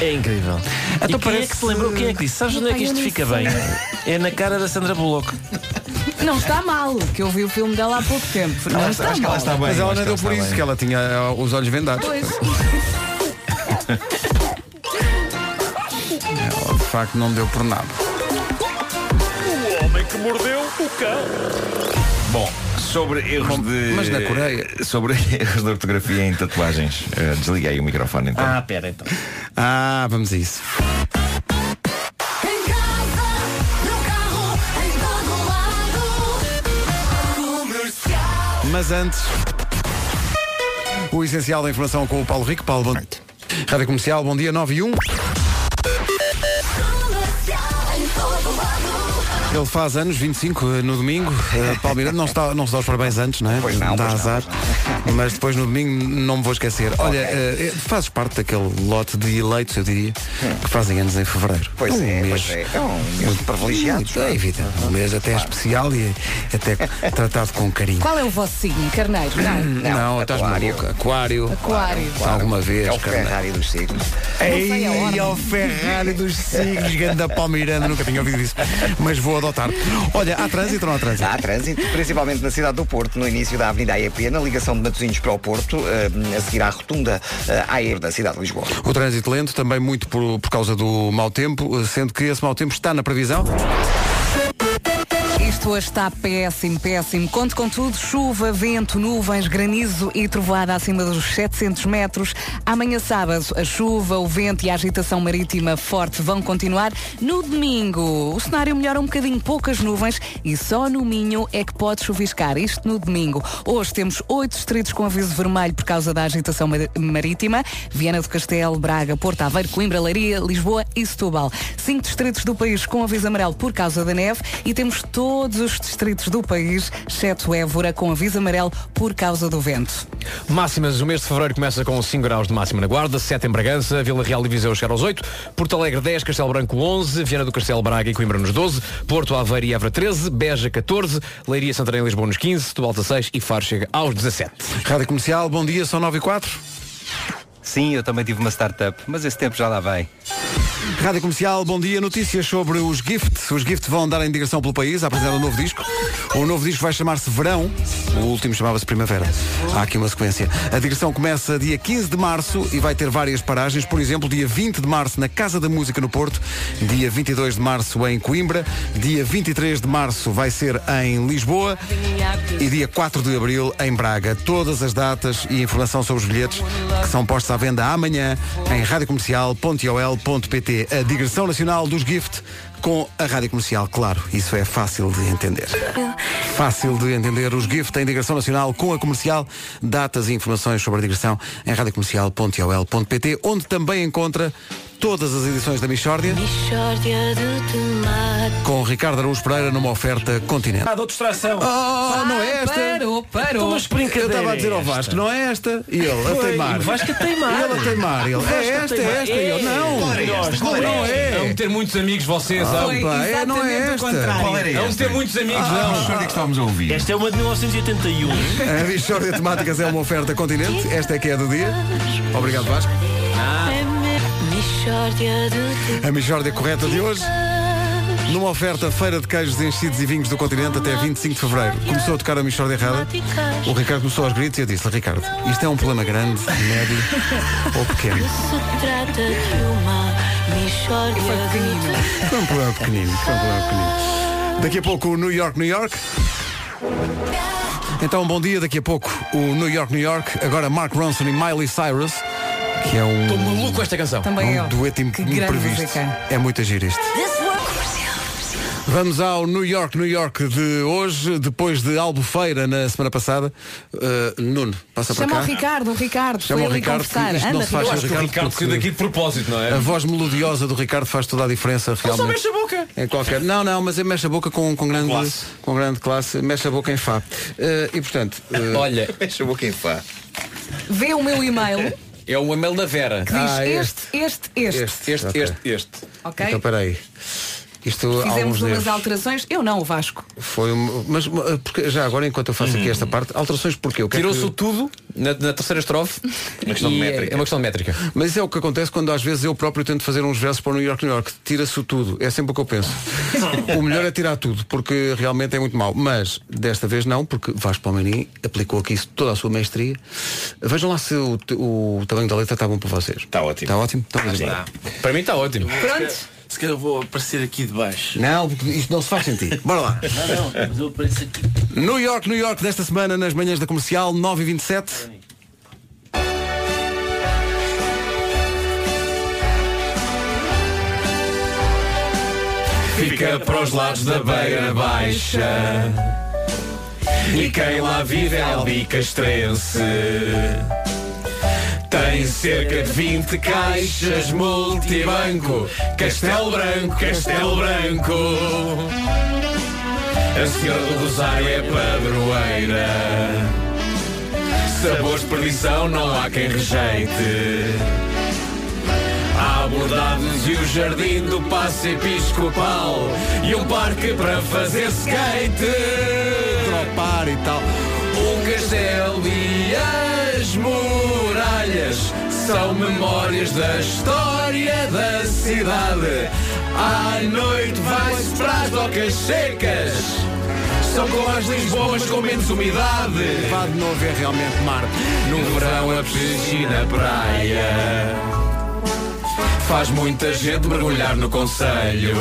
Speaker 10: É incrível.
Speaker 2: Então
Speaker 10: e quem é
Speaker 2: parece-
Speaker 10: que se lembrou? Quem é que disse? Sabes onde é
Speaker 3: Epá,
Speaker 10: que isto
Speaker 3: eu nem
Speaker 10: fica
Speaker 3: sei.
Speaker 10: bem? É na cara da Sandra Bullock.
Speaker 3: Não está mal, que eu vi o filme dela há pouco tempo. Não está mal.
Speaker 2: Mas ela não deu por isso, que ela tinha ah, os olhos vendados.
Speaker 3: Pois.
Speaker 2: Ela, de facto, não deu por nada.
Speaker 11: O homem que mordeu o cão.
Speaker 12: Bom, sobre erros de.
Speaker 2: mas na Coreia-
Speaker 12: eh, Sobre [laughs] erros de ortografia em tatuagens. Ah, desliguei o microfone então.
Speaker 10: Ah, pera então.
Speaker 2: Ah, vamos a isso. Mas antes, o essencial da informação com o Paulo Rico. Paulo, bom... Rádio Comercial, bom dia, 9 e 1. Ele faz anos, 25, eh, no domingo. Eh, Paulo Miranda não, está, não se dá os parabéns antes, não é? Pois não, dá azar. Mas depois no domingo não me vou esquecer. Olha, eh, eh, fazes parte daquele lote de eleitos, eu diria, que fazem anos em fevereiro.
Speaker 1: [laughs] Pois
Speaker 2: um
Speaker 1: é,
Speaker 2: mês.
Speaker 1: pois é. É um mês de privilegiados, não
Speaker 2: É
Speaker 1: é?
Speaker 2: evidente. Um mês até especial e até tratado com carinho.
Speaker 3: Qual é o vosso signo? Carneiro? Não.
Speaker 2: Não, estás maluco. Aquário.
Speaker 3: Aquário.
Speaker 2: Alguma vez.
Speaker 1: É o
Speaker 2: carnal.
Speaker 1: Ferrari dos signos.
Speaker 2: Ei, ei, ao Ferrari dos signos, ganda Palmeiranda, nunca tinha ouvido isso. Mas vou adotar. Olha, há trânsito ou não há trânsito?
Speaker 1: Há trânsito, principalmente na cidade do Porto, no início da Avenida AEP, na ligação de Matosinhos para o Porto, eh, a seguir à rotunda eh, AEP da cidade de Lisboa.
Speaker 2: O trânsito lento, também muito por, por causa do mau tempo, sendo que esse mau tempo está na previsão.
Speaker 3: Isto hoje está péssimo, péssimo. Conto com tudo, chuva, vento, nuvens, granizo e trovoada acima dos 700 metros. Amanhã sábado, a chuva, o vento e a agitação marítima forte vão continuar. No domingo, o cenário melhora um bocadinho, poucas nuvens e só no Minho é que pode chuviscar. Isto no domingo. Hoje temos oito distritos com aviso vermelho por causa da agitação mar- marítima. Viana do Castelo, Braga, Porto Aveiro, Coimbra, Leiria, Lisboa e Setúbal. Cinco distritos do país com aviso amarelo por causa da neve e temos todos os distritos do país, exceto Évora, com aviso amarelo por causa do vento.
Speaker 9: Máximas, o mês de fevereiro começa com 5 graus de máxima na Guarda, 7 em Bragança, Vila Real e Viseu chegar aos 8, Porto Alegre 10, Castelo Branco 11, Viana do Castelo, Braga e Coimbra nos 12, Porto Aveiro e Évora 13, Beja 14, Leiria, Santarém e Lisboa nos 15, Setúbal 16 e Faro chega aos 17.
Speaker 2: Rádio Comercial, bom dia, são 9 e 4.
Speaker 6: Sim, eu também tive uma startup, mas esse tempo já lá vai.
Speaker 2: Rádio Comercial, bom dia. Notícias sobre os Gifts. Os Gifts vão andar em digressão pelo país a apresentar um novo disco. O novo disco vai chamar-se Verão. O último chamava-se Primavera. Há aqui uma sequência. A digressão começa dia 15 de março e vai ter várias paragens. Por exemplo, dia 20 de março na Casa da Música no Porto. Dia 22 de março em Coimbra. Dia 23 de março vai ser em Lisboa. E dia 4 de abril em Braga. Todas as datas e informação sobre os bilhetes que são postos à venda amanhã em radiocomercial.ol.pt a digressão nacional dos Gift com a Rádio Comercial, claro, isso é fácil de entender. Fácil de entender os Gift em digressão nacional com a comercial, datas e informações sobre a digressão em radiocomercial.ol.pt, onde também encontra todas as edições da Michórdia
Speaker 13: Mixórdia de tomate.
Speaker 2: com Ricardo Araújo Pereira numa oferta continente.
Speaker 10: Ah, dou distração.
Speaker 2: Oh, não é esta?
Speaker 3: Parou,
Speaker 12: Então,
Speaker 3: parou.
Speaker 10: Então, Mas
Speaker 2: Eu
Speaker 10: brincadeira.
Speaker 2: estava a dizer ao
Speaker 10: é esta?
Speaker 2: Vasco, não é esta? E ele, a
Speaker 10: Foi,
Speaker 2: teimar.
Speaker 10: o Vasco a teimar.
Speaker 2: E ele a teimar. Ele,
Speaker 10: O Vasco
Speaker 2: é
Speaker 10: a
Speaker 2: esta,
Speaker 10: teimar.
Speaker 2: é esta. E ele, não.
Speaker 10: Qual era esta?
Speaker 2: Não
Speaker 10: Qual era
Speaker 2: é.
Speaker 10: esta?
Speaker 9: Vão um ter muitos amigos vocês, um
Speaker 2: Ah,
Speaker 9: sabem?
Speaker 2: pá, é, não é
Speaker 10: exatamente o
Speaker 2: esta.
Speaker 10: contrário. um Qual
Speaker 9: era Vamos ter muitos amigos,
Speaker 2: Ah,
Speaker 9: não.
Speaker 14: Onde é que estávamos a ouvir?
Speaker 10: Esta é uma de 1981.
Speaker 2: A Bichordia de Temáticas é uma oferta continente. Esta é que é do dia. Obrigado, Vasco.
Speaker 13: Mixórdia de
Speaker 2: A Michórdia correta de hoje.
Speaker 13: tomate.
Speaker 2: Numa oferta Feira de Queijos Enchidos e Vinhos do Continente até 25 de Fevereiro. Começou a tocar a Michórdia errada. O Ricardo começou aos gritos e eu disse-lhe, Ricardo, isto é um problema grande, médio ou pequeno?
Speaker 13: Se trata de uma mixórdia de tomate.
Speaker 2: Foi um problema pequenino, foi um problema pequenino. Daqui a pouco o New York, New York. Então, bom dia, daqui a pouco o New York, New York. Agora Mark Ronson e Miley Cyrus, que é um...
Speaker 9: Estou maluco com esta canção.
Speaker 3: Também
Speaker 2: É um
Speaker 3: eu.
Speaker 2: dueto imp-
Speaker 3: Que grande
Speaker 2: imprevisto.
Speaker 3: música.
Speaker 2: É muito giro isto. Vamos ao New York, New York de hoje, depois de Albufeira na semana passada. Uh, Nuno, passa
Speaker 3: Chama
Speaker 2: para
Speaker 3: o
Speaker 2: cá.
Speaker 3: Ricardo, o Ricardo.
Speaker 2: Chama
Speaker 3: foi
Speaker 2: o
Speaker 3: ali
Speaker 2: Ricardo, que
Speaker 3: conversar.
Speaker 2: isto não
Speaker 3: Anda,
Speaker 2: se faz
Speaker 9: Eu
Speaker 3: Ricardo.
Speaker 9: acho que o Ricardo saiu daqui de propósito, não
Speaker 2: A
Speaker 9: é?
Speaker 2: voz melodiosa do Ricardo faz toda a diferença
Speaker 9: Só
Speaker 2: realmente.
Speaker 9: mexe a boca.
Speaker 2: Em qualquer. Não, não, mas ele mexe a boca com, com, grande,
Speaker 14: Classe.
Speaker 2: com grande classe, mexe a boca em Fá. Uh, e portanto. uh,
Speaker 9: [laughs] Olha,
Speaker 14: Chamou quem faz.
Speaker 3: Vê o meu e-mail que
Speaker 9: é o e-mail da Vera.
Speaker 3: diz
Speaker 2: Ah,
Speaker 3: este, este, este.
Speaker 2: este,
Speaker 9: Este,
Speaker 2: ok.
Speaker 9: este, este.
Speaker 3: Ok?
Speaker 2: Então peraí. Isto há alguns
Speaker 3: Fizemos umas
Speaker 2: erros.
Speaker 3: alterações. Eu não, o Vasco.
Speaker 2: Foi um- Mas uh, porque, já agora, enquanto eu faço aqui esta parte, alterações porquê? O que é que-
Speaker 9: Hum. Tirou-se o tudo na, na terceira estrofe. Uma
Speaker 14: questão de métrica.
Speaker 9: É uma questão de métrica.
Speaker 2: Mas isso é o que acontece quando às vezes eu próprio tento fazer uns versos para o New York, New York. Tira-se o tudo. É sempre o que eu penso. o melhor é tirar tudo, porque realmente é muito mau. Mas desta vez não, porque Vasco Palmeirim aplicou aqui isso toda a sua mestria. Vejam lá se o, t- o tamanho da letra está bom para vocês.
Speaker 14: Está ótimo.
Speaker 2: Está ótimo? Então vamos embora.
Speaker 9: Para mim está ótimo.
Speaker 3: Pronto.
Speaker 10: Se calhar vou aparecer aqui de baixo.
Speaker 2: Não, porque isto não se faz sentir. Bora lá.
Speaker 10: Não, não, mas eu apareço aqui.
Speaker 2: New York, New York, desta semana, nas manhãs da comercial, 9h27.
Speaker 9: Fica para os lados da beira baixa. E quem lá vive é albicastrense. Tem cerca de 20 caixas multibanco. Castelo Branco, Castelo Branco. A Senhora do Rosário é padroeira. Sabores de perdição não há quem rejeite. Há bordados e o jardim do Passo Episcopal E um parque para fazer skate
Speaker 2: Tropar e tal.
Speaker 9: O castelo e as muralhas São memórias da história da cidade À noite vai-se para as docas secas São como as Lisboas com menos umidade
Speaker 2: Vá de novo é realmente mar.
Speaker 9: no verão a piscina praia Faz muita gente mergulhar no conselho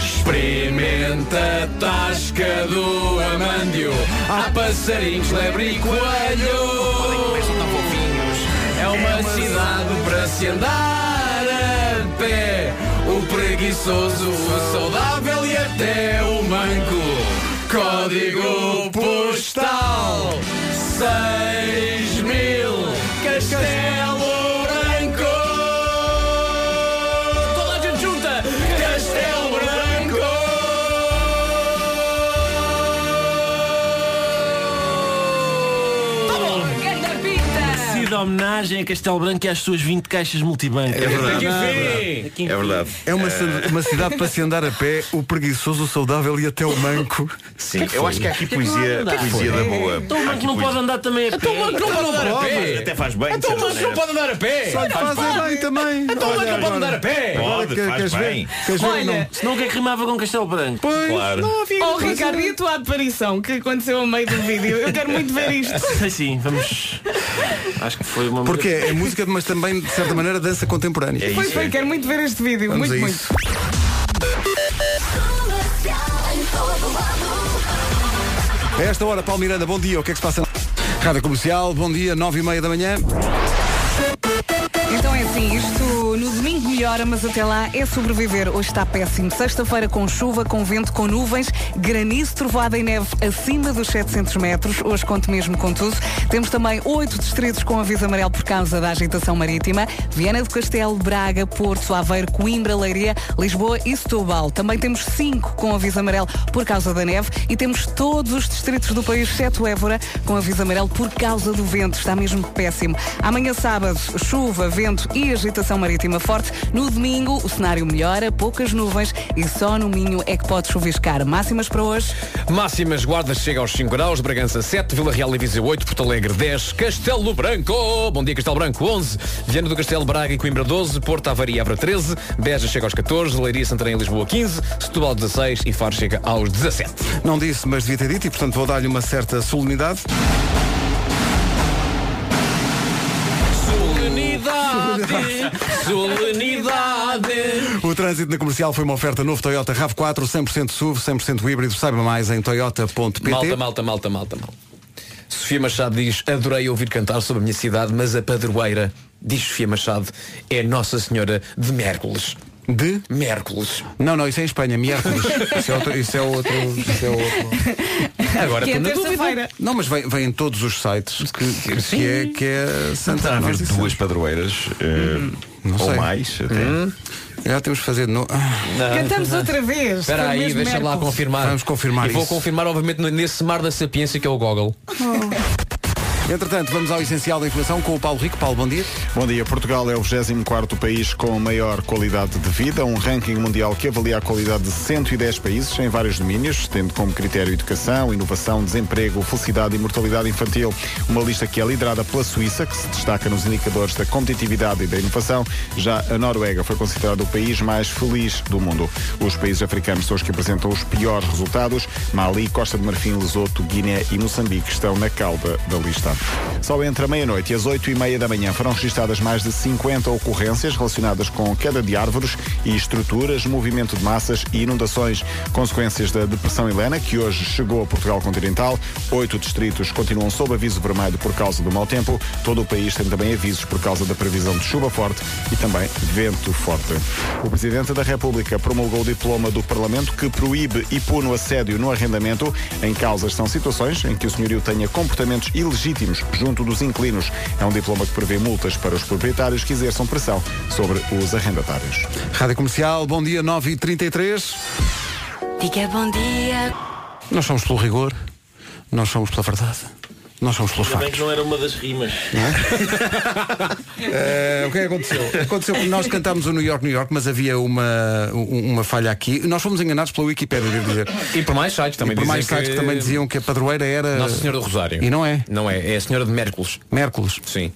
Speaker 9: Experimenta gente a tasca do amândio. Há passarinhos, lebre e coelho. É uma cidade para se andar a pé. O preguiçoso, o saudável e até o manco. Código postal 6000 Castelo Branco. Toda a gente junta. Castelo Branco.
Speaker 15: Tá bom. Ganda pinta.
Speaker 10: Sido homenagem é a Castelo Branco e às suas 20 caixas multibanco.
Speaker 12: É verdade.
Speaker 10: Aqui em
Speaker 12: É verdade.
Speaker 2: É uma, ci- uma cidade para se andar a pé, o preguiçoso, o saudável e até o manco.
Speaker 6: é
Speaker 12: Sim, eu acho que há aqui poesia, poesia da boa.
Speaker 10: Então o
Speaker 12: Há
Speaker 10: Manco
Speaker 12: aqui
Speaker 10: não
Speaker 12: poesia-
Speaker 10: pode andar também a pé.
Speaker 12: Então o Manco não pode andar a pé.
Speaker 10: Até faz
Speaker 12: bem,
Speaker 10: Então o
Speaker 12: de
Speaker 10: Manco não
Speaker 12: certa maneira.
Speaker 10: pode andar a pé.
Speaker 2: Só lhe
Speaker 10: Faz
Speaker 2: fazem
Speaker 10: bem.
Speaker 2: bem também.
Speaker 10: Então o Manco
Speaker 2: Olha
Speaker 10: não pode
Speaker 2: agora.
Speaker 10: andar a pé.
Speaker 12: Pode,
Speaker 2: Quer-
Speaker 12: faz
Speaker 2: queres ver?
Speaker 12: bem.
Speaker 2: Queres ver ou não?
Speaker 15: Olha,
Speaker 10: Senão o que é que rimava com Castelo Branco?
Speaker 15: Pois,
Speaker 12: Claro.
Speaker 15: não havia
Speaker 16: Oh,
Speaker 15: outra coisa.
Speaker 16: Ricardo, e a tua aparição que aconteceu a meio do vídeo? Eu quero muito ver
Speaker 2: [laughs]
Speaker 12: [laughs]
Speaker 16: isto.
Speaker 10: Sim, Sim, vamos. Acho que foi uma
Speaker 2: Porque é música, mas também, de certa maneira, dança contemporânea.
Speaker 12: É
Speaker 16: pois bem, quero muito ver este vídeo.
Speaker 2: É Vamos
Speaker 16: muito,
Speaker 2: a
Speaker 16: muito.
Speaker 2: isso. A esta hora, Paulo Miranda, bom dia. O que é que se passa? Rádio Comercial, bom dia, nove e meia da manhã.
Speaker 3: Então é assim, isto no domingo melhora, mas até lá é sobreviver. Hoje está péssimo. Sexta-feira com chuva, com vento, com nuvens, granizo, trovoada e neve acima dos 700 metros. Hoje conto mesmo com tudo. Temos também oito distritos com aviso amarelo por causa da agitação marítima. Viana do Castelo, Braga, Porto, Aveiro, Coimbra, Leiria, Lisboa e Setúbal. Também temos cinco com aviso amarelo por causa da neve e temos todos os distritos do país, exceto Évora, com aviso amarelo por causa do vento. Está mesmo péssimo. Amanhã sábado, chuva, vento e agitação marítima forte. No domingo, o cenário melhora, poucas nuvens e só no Minho é que pode chuviscar. Máximas para hoje.
Speaker 6: Máximas Guardas chega aos 5 graus, Bragança 7, Vila Real e Viseu 8, Porto Alegre 10, Castelo Branco, bom dia Castelo Branco 11, Viana do Castelo, Braga e Coimbra 12, Porto Aveiro e Évora 13, Beja chega aos 14, Leiria, Santarém e Lisboa 15, Setúbal 16 e Faro chega aos 17.
Speaker 2: Não disse, mas devia ter dito e, portanto, vou dar-lhe uma certa solenidade.
Speaker 9: Solenidade, solenidade.
Speaker 2: O trânsito na comercial foi uma oferta novo Toyota RAV4, 100% SUV, 100% híbrido. Saiba mais em toyota.pt.
Speaker 6: Malta, malta, malta, malta, malta. Sofia Machado diz, adorei ouvir cantar sobre a minha cidade, mas a padroeira, diz Sofia Machado, é Nossa Senhora de Mércules.
Speaker 2: De?
Speaker 6: Mércules.
Speaker 2: Não, não, isso é em Espanha,
Speaker 12: [laughs]
Speaker 2: Miércoles. isso, é outro, isso é outro. Isso é outro.
Speaker 6: Agora Que é estou na dúvida. terça-feira.
Speaker 2: Não, mas vem, vem em todos os sites que, que,
Speaker 12: Sim.
Speaker 2: é, que é Santa
Speaker 12: Está a haver
Speaker 2: Nós
Speaker 12: duas
Speaker 2: dissemos.
Speaker 12: padroeiras eh,
Speaker 2: Não
Speaker 12: ou
Speaker 2: sei. Hum.
Speaker 12: mais até.
Speaker 2: Já temos de fazer de ah. novo.
Speaker 16: Cantamos outra vez.
Speaker 6: Ah. Espera
Speaker 16: Foi
Speaker 6: aí,
Speaker 16: mesmo
Speaker 6: deixa lá
Speaker 16: Hércules.
Speaker 6: confirmar.
Speaker 2: Vamos confirmar
Speaker 6: E vou
Speaker 2: isso.
Speaker 6: confirmar, obviamente, nesse mar da sapiência que é o Goggle.
Speaker 2: Entretanto, vamos ao essencial da informação com o Paulo Rico. Paulo, bom dia.
Speaker 17: Bom dia. Portugal é o 24 país com maior qualidade de vida, um ranking mundial que avalia a qualidade de 110 países em vários domínios, tendo como critério educação, inovação, desemprego, felicidade e mortalidade infantil. Uma lista que é liderada pela Suíça, que se destaca nos indicadores da competitividade e da inovação. Já a Noruega foi considerada o país mais feliz do mundo. Os países africanos são os que apresentam os piores resultados. Mali, Costa de Marfim, Lesoto, Guiné e Moçambique estão na cauda da lista. Só entre a meia-noite e as oito e meia da manhã foram registadas mais de 50 ocorrências relacionadas com queda de árvores e estruturas, movimento de massas e inundações. Consequências da depressão Helena, que hoje chegou a Portugal continental. Oito distritos continuam sob aviso vermelho por causa do mau tempo. Todo o país tem também avisos por causa da previsão de chuva forte e também vento forte. O Presidente da República promulgou o diploma do Parlamento que proíbe e pune o assédio no arrendamento. Em causas são situações em que o senhorio tenha comportamentos ilegítimos junto dos inquilinos. É um diploma que prevê multas para os proprietários que exerçam pressão sobre os arrendatários.
Speaker 2: Rádio Comercial, bom dia, 9h33.
Speaker 5: Diga bom dia.
Speaker 2: Nós somos pelo rigor, nós somos pela verdade, nós somos pelo
Speaker 10: Ainda
Speaker 2: facto.
Speaker 10: bem que não era uma das rimas.
Speaker 2: Eh, o que é que aconteceu? Aconteceu que nós cantámos o New York, New York, mas havia uma, um- uma falha aqui. Nós fomos enganados pela Wikipédia, devo dizer.
Speaker 6: E por mais sites também
Speaker 2: E por
Speaker 6: dizem
Speaker 2: mais sites
Speaker 6: que-
Speaker 2: que também diziam que a padroeira era.
Speaker 6: Nossa Senhora do Rosário.
Speaker 2: E não é.
Speaker 6: Não é, é a Senhora de Mércules.
Speaker 2: Mércules.
Speaker 6: Sim.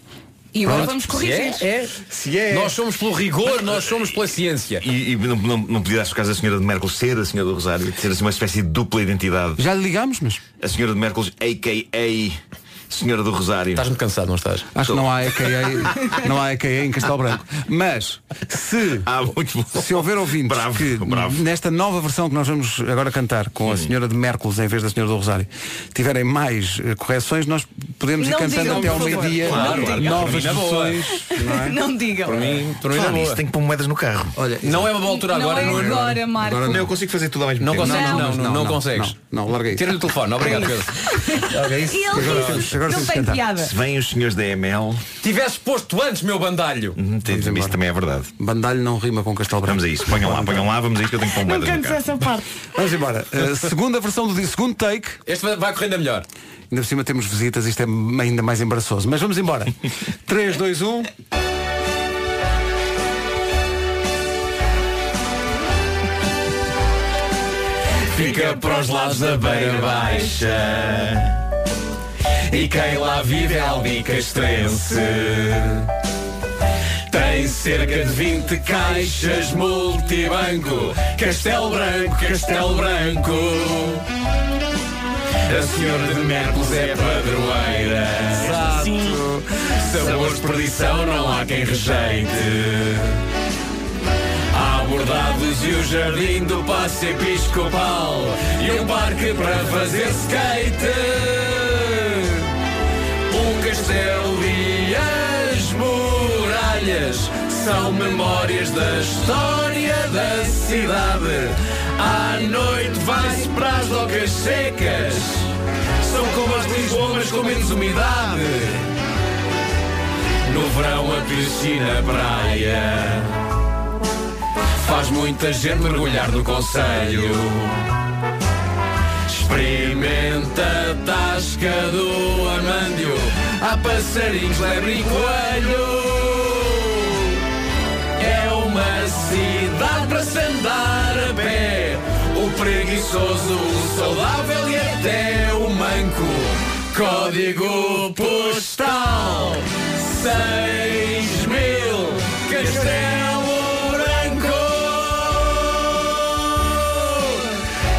Speaker 16: E agora
Speaker 6: Pronto.
Speaker 16: vamos corrigir.
Speaker 6: Se é, é.
Speaker 2: Se
Speaker 12: é.
Speaker 6: Nós somos pelo rigor, nós somos pela ciência.
Speaker 12: E, e não, não, não pedirás por causa da senhora de Mercules ser a senhora do Rosário, ter assim uma espécie de dupla identidade.
Speaker 2: Já lhe ligámos, mas.
Speaker 12: A senhora de Mercules, a.k.a. Senhora do Rosário.
Speaker 6: Estás muito cansado, não estás?
Speaker 2: Acho que não há EKA, não há EKA em Castelo Branco. Mas, se,
Speaker 12: Ah,
Speaker 2: se houver ouvintes que nesta nova versão que nós vamos agora cantar com a Senhora de Mércules em vez da Senhora do Rosário, tiverem mais eh, correções, nós podemos ir
Speaker 16: Não
Speaker 2: cantando
Speaker 16: digam,
Speaker 2: até ao
Speaker 16: por favor.
Speaker 2: meio-dia
Speaker 16: Claro, Não claro, digam.
Speaker 2: novas
Speaker 16: para mim na boa.
Speaker 2: versões. Não, é?
Speaker 16: Não digam.
Speaker 2: Para mim- para mim na
Speaker 12: Falar nisso,
Speaker 2: boa.
Speaker 12: tenho que pôr moedas no carro. Olha,
Speaker 6: Não é uma boa altura
Speaker 16: Não
Speaker 6: agora,
Speaker 16: é
Speaker 6: não é
Speaker 16: agora, Marco.
Speaker 12: Agora não. Eu consigo fazer tudo ao mesmo
Speaker 6: Não
Speaker 12: tempo.
Speaker 6: consegues,
Speaker 16: Não,
Speaker 6: não, não,
Speaker 12: não,
Speaker 6: não,
Speaker 12: não,
Speaker 6: consegues.
Speaker 2: Não, larga isso.
Speaker 6: Tira-lhe o telefone, obrigado, Pedro.
Speaker 2: [laughs]
Speaker 12: Olha
Speaker 16: isso. E ele disse, não
Speaker 12: temos
Speaker 16: tem
Speaker 12: que cantar.
Speaker 16: piada.
Speaker 12: Se vêm os senhores da ML.
Speaker 6: Tivesse posto antes, meu bandalho.
Speaker 12: Isso também é verdade.
Speaker 2: Bandalho não rima com Castelo Branco.
Speaker 12: Vamos a isso, ponham lá, ponham lá, vamos a isso que eu tenho que pôr moedas no carro.
Speaker 16: essa parte.
Speaker 2: Vamos embora. Uh, segunda versão do dia, segundo take.
Speaker 6: Este vai- vai correndo a melhor.
Speaker 2: Ainda por cima temos visitas, isto é ainda mais embaraçoso. Mas vamos
Speaker 6: [laughs]
Speaker 2: embora. um. 3, 2, 1.
Speaker 9: Fica para os lados da beira baixa E quem lá vive é albicastrense Tem cerca de 20 caixas multibanco Castelo Branco, Castelo Branco A senhora de Mercules é padroeira Exato Sabores de perdição não há quem rejeite Há bordados e o jardim do Passo Episcopal E um parque para fazer skate Um castelo e as muralhas São memórias da história da cidade À noite vai-se para as docas secas São como as de Lisboa, mas com menos umidade No verão a piscina é praia Faz muita gente mergulhar no conselho Experimenta a tasca do amândio Há passarinhos, lebre e coelho É uma cidade para se andar a pé O preguiçoso, o saudável e até o manco Código postal 6 mil Castelo Branco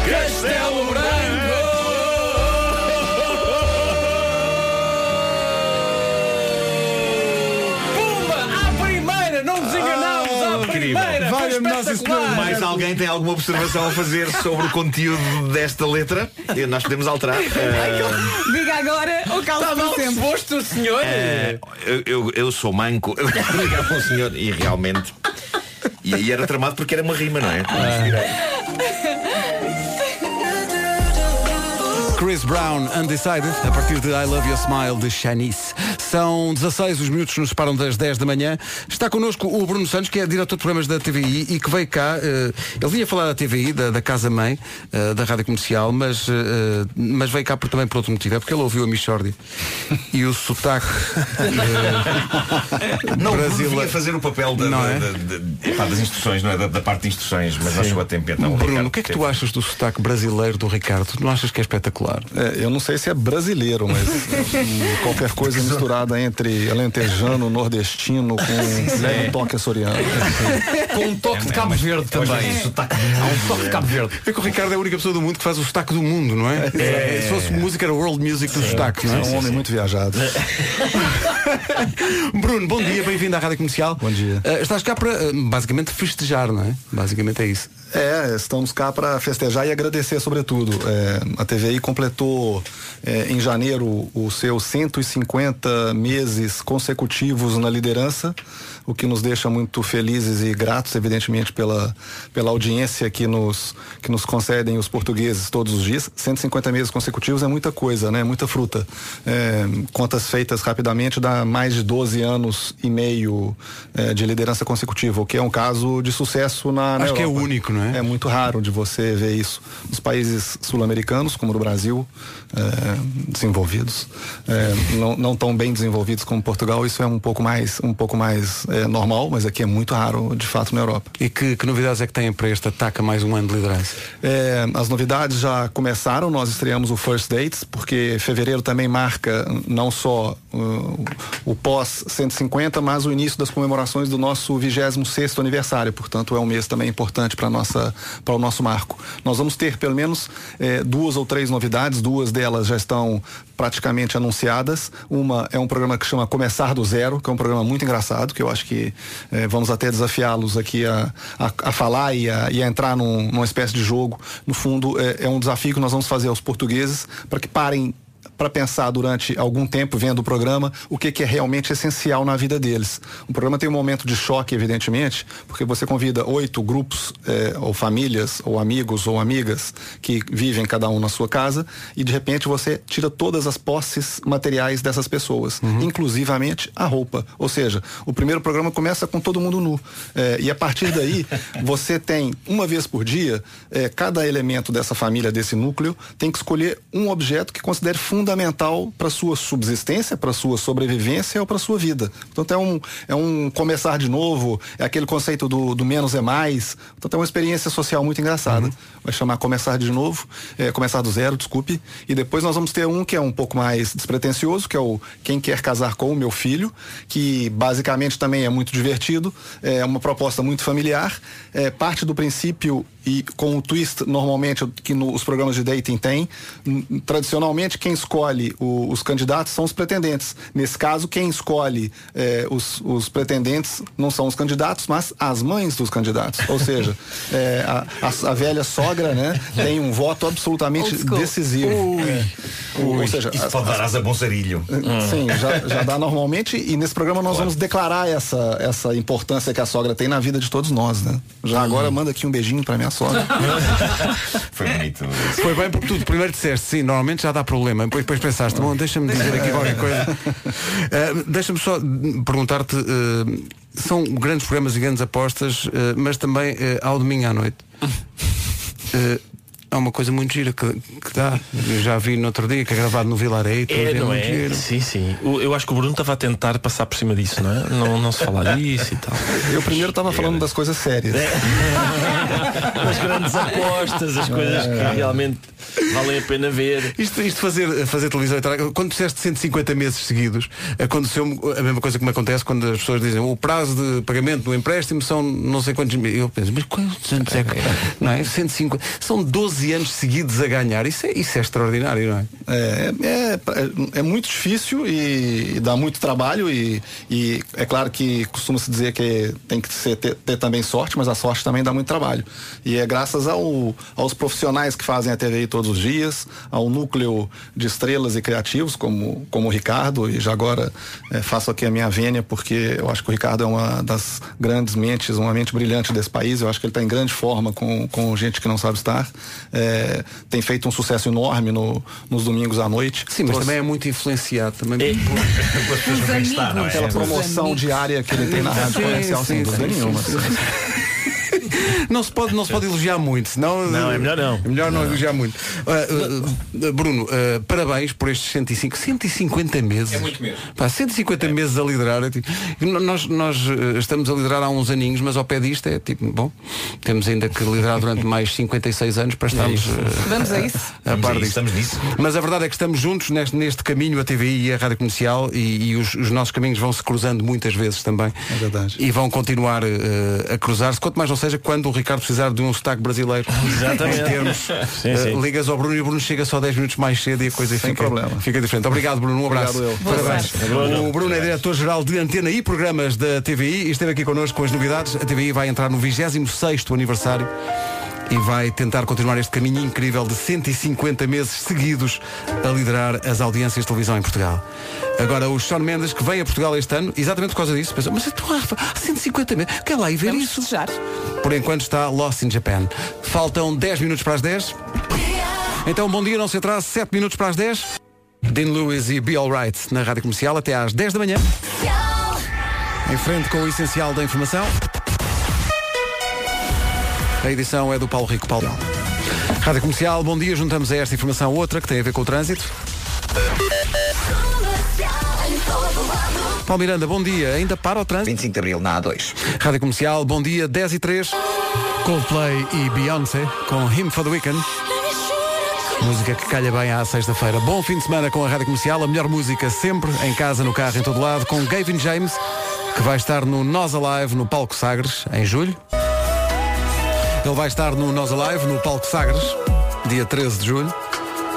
Speaker 2: é
Speaker 9: Castelo Branco Pumba, à primeira, não nos enganamos
Speaker 2: Ah,
Speaker 9: à
Speaker 6: é
Speaker 9: primeira foi espetacular.
Speaker 12: Ah, Mais alguém tem alguma observação a fazer sobre o conteúdo desta letra? Eh, Nós podemos
Speaker 6: [laughs]
Speaker 12: alterar. Eh,
Speaker 16: Diga agora ou cala-se para sempre.
Speaker 6: disposto, senhor?
Speaker 9: É.
Speaker 12: Eh, eu, eu- eu sou manco. [laughs] Ligava um senhor e realmente. E, e era tramado porque era uma rima, não é?
Speaker 6: Ah.
Speaker 12: [laughs]
Speaker 2: Chris Brown, Undecided, a partir de I Love Your Smile de Shanice. São 16 os minutos que nos separam das 10 da manhã. Está connosco o Bruno Santos, que é diretor de programas da TVI e que veio cá. eh, ele vinha falar da TVI, da, da Casa Mãe, eh, da Rádio Comercial, mas, eh, mas veio cá por- também por outro motivo. É porque ele ouviu a Michordi e o
Speaker 6: [laughs]
Speaker 2: sotaque eh,
Speaker 12: Não, Brasil
Speaker 2: brasileiro.
Speaker 12: devia fazer o papel da-
Speaker 2: Não
Speaker 12: da-
Speaker 2: é?
Speaker 12: da- da- epá, das instruções, não é? Da, da parte de instruções, mas não
Speaker 2: Sim.
Speaker 12: chegou a tempo então.
Speaker 2: Bruno,
Speaker 12: Ricardo,
Speaker 2: o que é que
Speaker 12: teve.
Speaker 2: tu achas do sotaque brasileiro do Ricardo? Não achas que é espetacular?
Speaker 18: eu não sei se é brasileiro, mas hum, qualquer coisa misturada entre alentejano, nordestino, com leve toque açoriano.
Speaker 6: Com um toque de Cabo Verde também. Há um toque de Cabo Verde.
Speaker 2: É que o Ricardo é a única pessoa do mundo que faz o sotaque do mundo, não é?
Speaker 18: É.
Speaker 2: Se fosse música era world music do sotaque, não é?
Speaker 18: É um homem muito viajado.
Speaker 2: [laughs] Bruno, bom dia, bem-vindo à Rádio Comercial. Bom
Speaker 18: dia.
Speaker 2: estás cá para eh, basicamente festejar, não é? Basicamente é isso.
Speaker 18: É, estamos cá para festejar e agradecer, sobretudo. É, a TVI completou é, em janeiro os seus 150 meses consecutivos na liderança, o que nos deixa muito felizes e gratos, evidentemente, pela, pela audiência que nos, que nos concedem os portugueses todos os dias. 150 meses consecutivos é muita coisa, né? Muita fruta. É, contas feitas rapidamente dá mais de 12 anos e meio é, de liderança consecutiva, o que é um caso de sucesso na, na
Speaker 2: Acho que é
Speaker 18: Europa.
Speaker 2: único, não é?
Speaker 18: É muito raro de você ver isso nos países sul-americanos, como no Brasil, eh, desenvolvidos, eh, não, não tão bem desenvolvidos como Portugal. Isso é um pouco mais, um pouco mais eh, normal, mas aqui é muito raro, de fato, na Europa.
Speaker 2: E que, que novidades é que têm para este ataque a mais um ano de liderança?
Speaker 18: É, as novidades já começaram, nós estreamos o First Dates, porque fevereiro também marca hum, não só uh, o pós-150, mas o início das comemorações do nosso 26 aniversário. Portanto, é um mês também importante para o nosso marco. Nós vamos ter pelo menos eh, duas ou três novidades, duas delas já estão praticamente anunciadas. Uma é um programa que chama Começar do Zero, que é um programa muito engraçado, que eu acho que eh, vamos até desafiá-los aqui a, a, a, falar e a, e a entrar num, numa espécie de jogo. No fundo, eh, é um desafio que nós vamos fazer aos portugueses para que parem para pensar durante algum tempo, vendo o programa, o que, que, é realmente essencial na vida deles. O programa tem um momento de choque, evidentemente, porque você convida oito grupos, eh, ou famílias, ou amigos, ou amigas, que vivem cada um na sua casa, e de repente você tira todas as posses materiais dessas pessoas, uhum. inclusivamente a roupa. Ou seja, o primeiro programa começa com todo mundo nu. Eh, e a partir daí, você tem, uma vez por dia, eh, cada elemento dessa família, desse núcleo, tem que escolher um objeto que considere fundamental fundamental para sua subsistência, para sua sobrevivência ou para sua vida. Portanto, é um, é um começar de novo, é aquele conceito do, do menos é mais. Portanto, é uma experiência social muito engraçada. Uhum. Vai chamar começar de novo, é, começar do zero, desculpe. E depois nós vamos ter um que é um pouco mais despretensioso, que é o Quem Quer Casar com o Meu Filho, que basicamente também é muito divertido, é uma proposta muito familiar, é parte do princípio e com o twist normalmente que no, os programas de dating tem. Tradicionalmente quem escolhe o, os candidatos são os pretendentes. Nesse caso, quem escolhe eh, os, os, pretendentes não são os candidatos, mas as mães dos candidatos. Ou seja, [laughs] eh, a, a, a, velha sogra né, tem um voto absolutamente decisivo.
Speaker 12: Ui. É. Ui. Ou seja, Hum. Isso as, pode dar asa bonsarilho.
Speaker 10: Hum.
Speaker 18: Sim, já, já dá normalmente e nesse programa nós claro. vamos declarar essa, essa importância que a sogra tem na vida de todos nós. Né? Já hum. agora manda aqui um beijinho para minha
Speaker 12: Foi bonito.
Speaker 2: Foi bem porque tu primeiro disseste, sim, normalmente já dá problema. Depois, depois pensaste, bom, deixa-me dizer aqui
Speaker 10: [laughs]
Speaker 2: qualquer coisa. Uh, deixa-me só perguntar-te, uh, são grandes programas e grandes apostas, uh, mas também eh, ao domingo
Speaker 10: [laughs]
Speaker 2: à noite. Eh, Há uma coisa muito gira que, que dá. Eu já vi no outro dia, que é gravado no Vilareio.
Speaker 10: É, não é? Giro. Sim, sim. Eu, eu acho que o Bruno estava a tentar passar por cima disso, não é? Não, não se falar disso e tal. É, né?
Speaker 18: Eu primeiro estava falando das coisas sérias. É.
Speaker 10: [laughs] as grandes apostas, as coisas que realmente valem a pena ver.
Speaker 2: Isto, isto fazer, fazer televisão quando disseste 150 meses seguidos, aconteceu a mesma coisa que me acontece quando as pessoas dizem o prazo de pagamento do empréstimo são não sei quantos mil. Eu penso, mas quantos anos é que.
Speaker 18: [laughs]
Speaker 2: Não é? 150. São 12 anos seguidos a ganhar. Isso é, isso é extraordinário, não é?
Speaker 18: É, é, é muito difícil e, e, dá muito trabalho e, e é claro que costuma-se dizer que tem que ser, ter, ter, também sorte, mas a sorte também dá muito trabalho. E é graças ao, aos profissionais que fazem a TVI todos os dias, ao núcleo de estrelas e criativos, como, como o Ricardo, e já agora é, faço aqui a minha vênia, porque eu acho que o Ricardo é uma das grandes mentes, uma mente brilhante desse país, eu acho que ele está em grande forma com, com gente que não sabe estar. É, tem feito um sucesso enorme no, nos domingos à noite.
Speaker 2: Sim, mas Trouxe... também é muito influenciado também é.
Speaker 18: por, amigos, estar, não é? pela promoção amigos. diária que ele tem na rádio comercial, sem dúvida nenhuma.
Speaker 2: Não se pode, não se pode elogiar muito, senão.
Speaker 10: Não, é melhor não.
Speaker 2: É melhor não, não. elogiar muito. Uh, uh, Bruno, uh, parabéns por estes 105, 150 meses.
Speaker 12: É muito mesmo.
Speaker 2: Pá, 150 é. meses a liderar. É tipo, nós, nós ah, estamos a liderar há uns aninhos, mas ao pé disto é tipo, bom, temos ainda que liderar durante mais 56 anos para estarmos.
Speaker 3: [laughs]
Speaker 10: É
Speaker 2: ah,
Speaker 3: Vamos a isso.
Speaker 2: A, a par disso. Estamos nisso. Mas a verdade é que estamos juntos neste, neste caminho, a TVI e a Rádio Comercial, e, e os, os, nossos caminhos vão se cruzando muitas vezes também.
Speaker 18: É verdade.
Speaker 2: E vão continuar eh, a cruzar-se, quanto mais não seja quando o Ricardo precisar de um sotaque [laughs] brasileiro
Speaker 10: Exatamente.
Speaker 2: em termos sim, sim. Uh, ligas ao Bruno e o Bruno chega só 10 minutos mais cedo e a coisa
Speaker 18: Sem
Speaker 2: fica,
Speaker 18: problema.
Speaker 2: fica diferente. Obrigado Bruno, um abraço.
Speaker 3: Parabéns.
Speaker 2: O Bruno é diretor-geral de antena e programas da TVI e esteve aqui connosco com as novidades. A TVI vai entrar no 26º aniversário e vai tentar continuar este caminho incrível de 150 meses seguidos a liderar as audiências de televisão em Portugal. Agora, o Sean Mendes, que vem a Portugal este ano, exatamente por causa disso, pensou, mas tu há 150 meses, quer lá e ver
Speaker 3: Vamos
Speaker 2: isso? [laughs]
Speaker 3: Festejar.
Speaker 2: Por enquanto está Lost in Japan. Faltam 10 minutos para as 10. Então, bom dia, não se atrase, 7 minutos para as 10. Dean Lewis e Be Alright na Rádio Comercial até às 10 da manhã. Em frente com o essencial da informação. A edição é do Paulo Rico Paulo. Rádio Comercial, bom dia. Juntamos a esta informação outra que tem a ver com o trânsito. Paulo Miranda, bom dia. Ainda para o trânsito?
Speaker 1: 25 de Abril, na A2.
Speaker 2: Rádio Comercial, bom dia. 10 e 3. Coldplay e Beyoncé com Him for the Weekend. Música que calha bem à sexta-feira. Bom fim de semana com a Rádio Comercial, a melhor música sempre, em casa, no carro, em todo lado, com Gavin James, que vai estar no Nós Alive, no Palco Sagres, em julho. Ele vai estar no Nós Alive, no Palco Sagres, dia 13 de julho,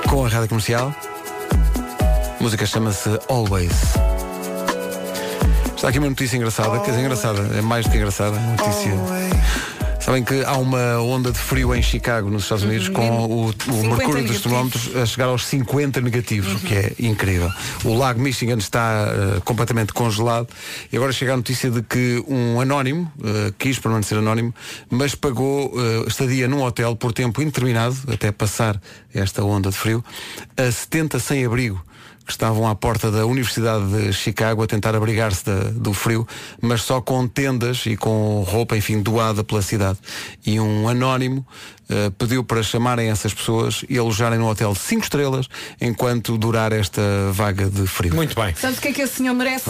Speaker 2: com a Rádio Comercial. A música chama-se Always. Está aqui uma notícia engraçada, quer dizer, engraçada, é mais do que engraçada, notícia. Sabem que há uma onda de frio em Chicago, nos Estados Unidos, com o, o
Speaker 3: 50
Speaker 2: mercúrio dos
Speaker 3: negativos.
Speaker 2: termómetros a chegar aos 50 negativos, o que é incrível. O lago Michigan está eh, completamente congelado e agora chega a notícia de que um anónimo, eh, quis permanecer anónimo, mas pagou eh, estadia num hotel por tempo indeterminado, até passar esta onda de frio, a 70 sem abrigo que estavam à porta da Universidade de Chicago a tentar abrigar-se da- do frio, mas só com tendas e com roupa, enfim, doada pela cidade. E um anónimo eh, pediu para chamarem essas pessoas e alojarem no hotel 5 estrelas enquanto durar esta vaga de frio.
Speaker 6: Muito bem.
Speaker 3: Sabes o que é que esse senhor merece?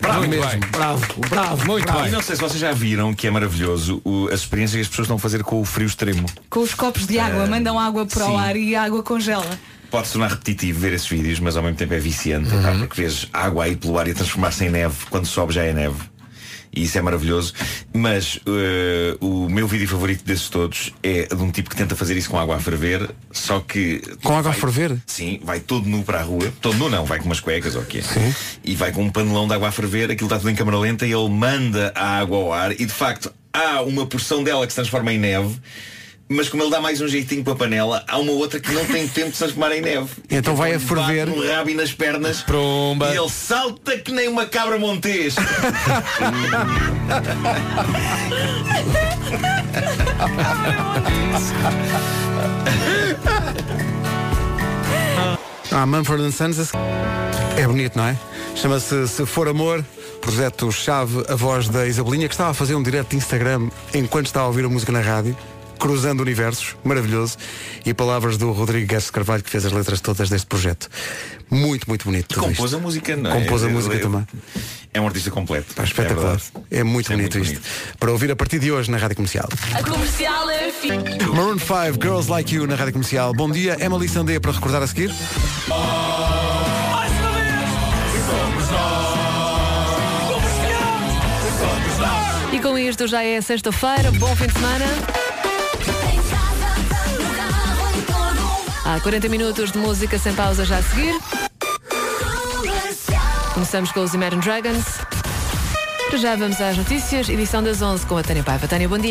Speaker 12: Bravo
Speaker 2: Muito
Speaker 12: mesmo.
Speaker 2: Bravo, bravo, muito
Speaker 12: Bravo. E não sei se vocês já viram que é maravilhoso o- a experiência que as pessoas estão a fazer com o frio extremo.
Speaker 3: Com os copos de água,
Speaker 12: Eh,
Speaker 3: mandam água para
Speaker 12: sim.
Speaker 3: o ar e a água congela.
Speaker 12: Pode se tornar repetitivo ver esses vídeos, mas ao mesmo tempo é viciante,
Speaker 2: Uhum.
Speaker 12: pá, porque vês água aí pelo ar e a transformar-se em neve, quando sobe já é neve. E isso é maravilhoso. Mas eh, o meu vídeo favorito desses todos é de um tipo que tenta fazer isso com água a ferver, só que.
Speaker 2: Com água a ferver?
Speaker 12: Sim, vai todo nu para a rua. Todo nu não, vai com umas cuecas ou o quê? E vai com um panelão de água a ferver, aquilo está tudo em câmara lenta e ele manda a água ao ar e de facto há uma porção dela que se transforma em neve. Mas como ele dá mais um jeitinho para a panela, há uma outra que não
Speaker 2: [laughs]
Speaker 12: tem tempo de se transformar em neve.
Speaker 2: Então vai a
Speaker 12: ele bate
Speaker 2: ferver.
Speaker 12: No rabo e nas pernas. E ele salta que nem uma
Speaker 2: [laughs]
Speaker 12: cabra [laughs] montês.
Speaker 2: Ah, Manfred and Sons é bonito, não é? Chama-se Se For Amor, projeto chave, a voz da Isabelinha, que estava a fazer um direto de Instagram enquanto estava a ouvir a música na rádio, cruzando universos, maravilhoso, e palavras do Rodrigo Guedes Carvalho, que fez as letras todas deste projeto. Muito, muito bonito. tudo
Speaker 12: Compôs
Speaker 2: isto.
Speaker 12: a música, não é?
Speaker 2: Compôs a
Speaker 12: Eu-
Speaker 2: música
Speaker 12: eu-
Speaker 2: também.
Speaker 12: É um artista completo.
Speaker 2: Pá, espetacular. É, muito bonito isto. Para ouvir a partir de hoje na Rádio Comercial.
Speaker 15: A comercial é fi...
Speaker 2: Maroon 5, Girls Like You na Rádio Comercial. Bom dia, Emily Sandé para recordar a seguir.
Speaker 15: E com isto já é sexta-feira, bom fim de semana. Há 40 minutos de música sem pausa já a seguir. Começamos com os Imagine Dragons. Para já vamos às notícias, edição das 11 com a Tânia Paiva. Tânia, bom dia.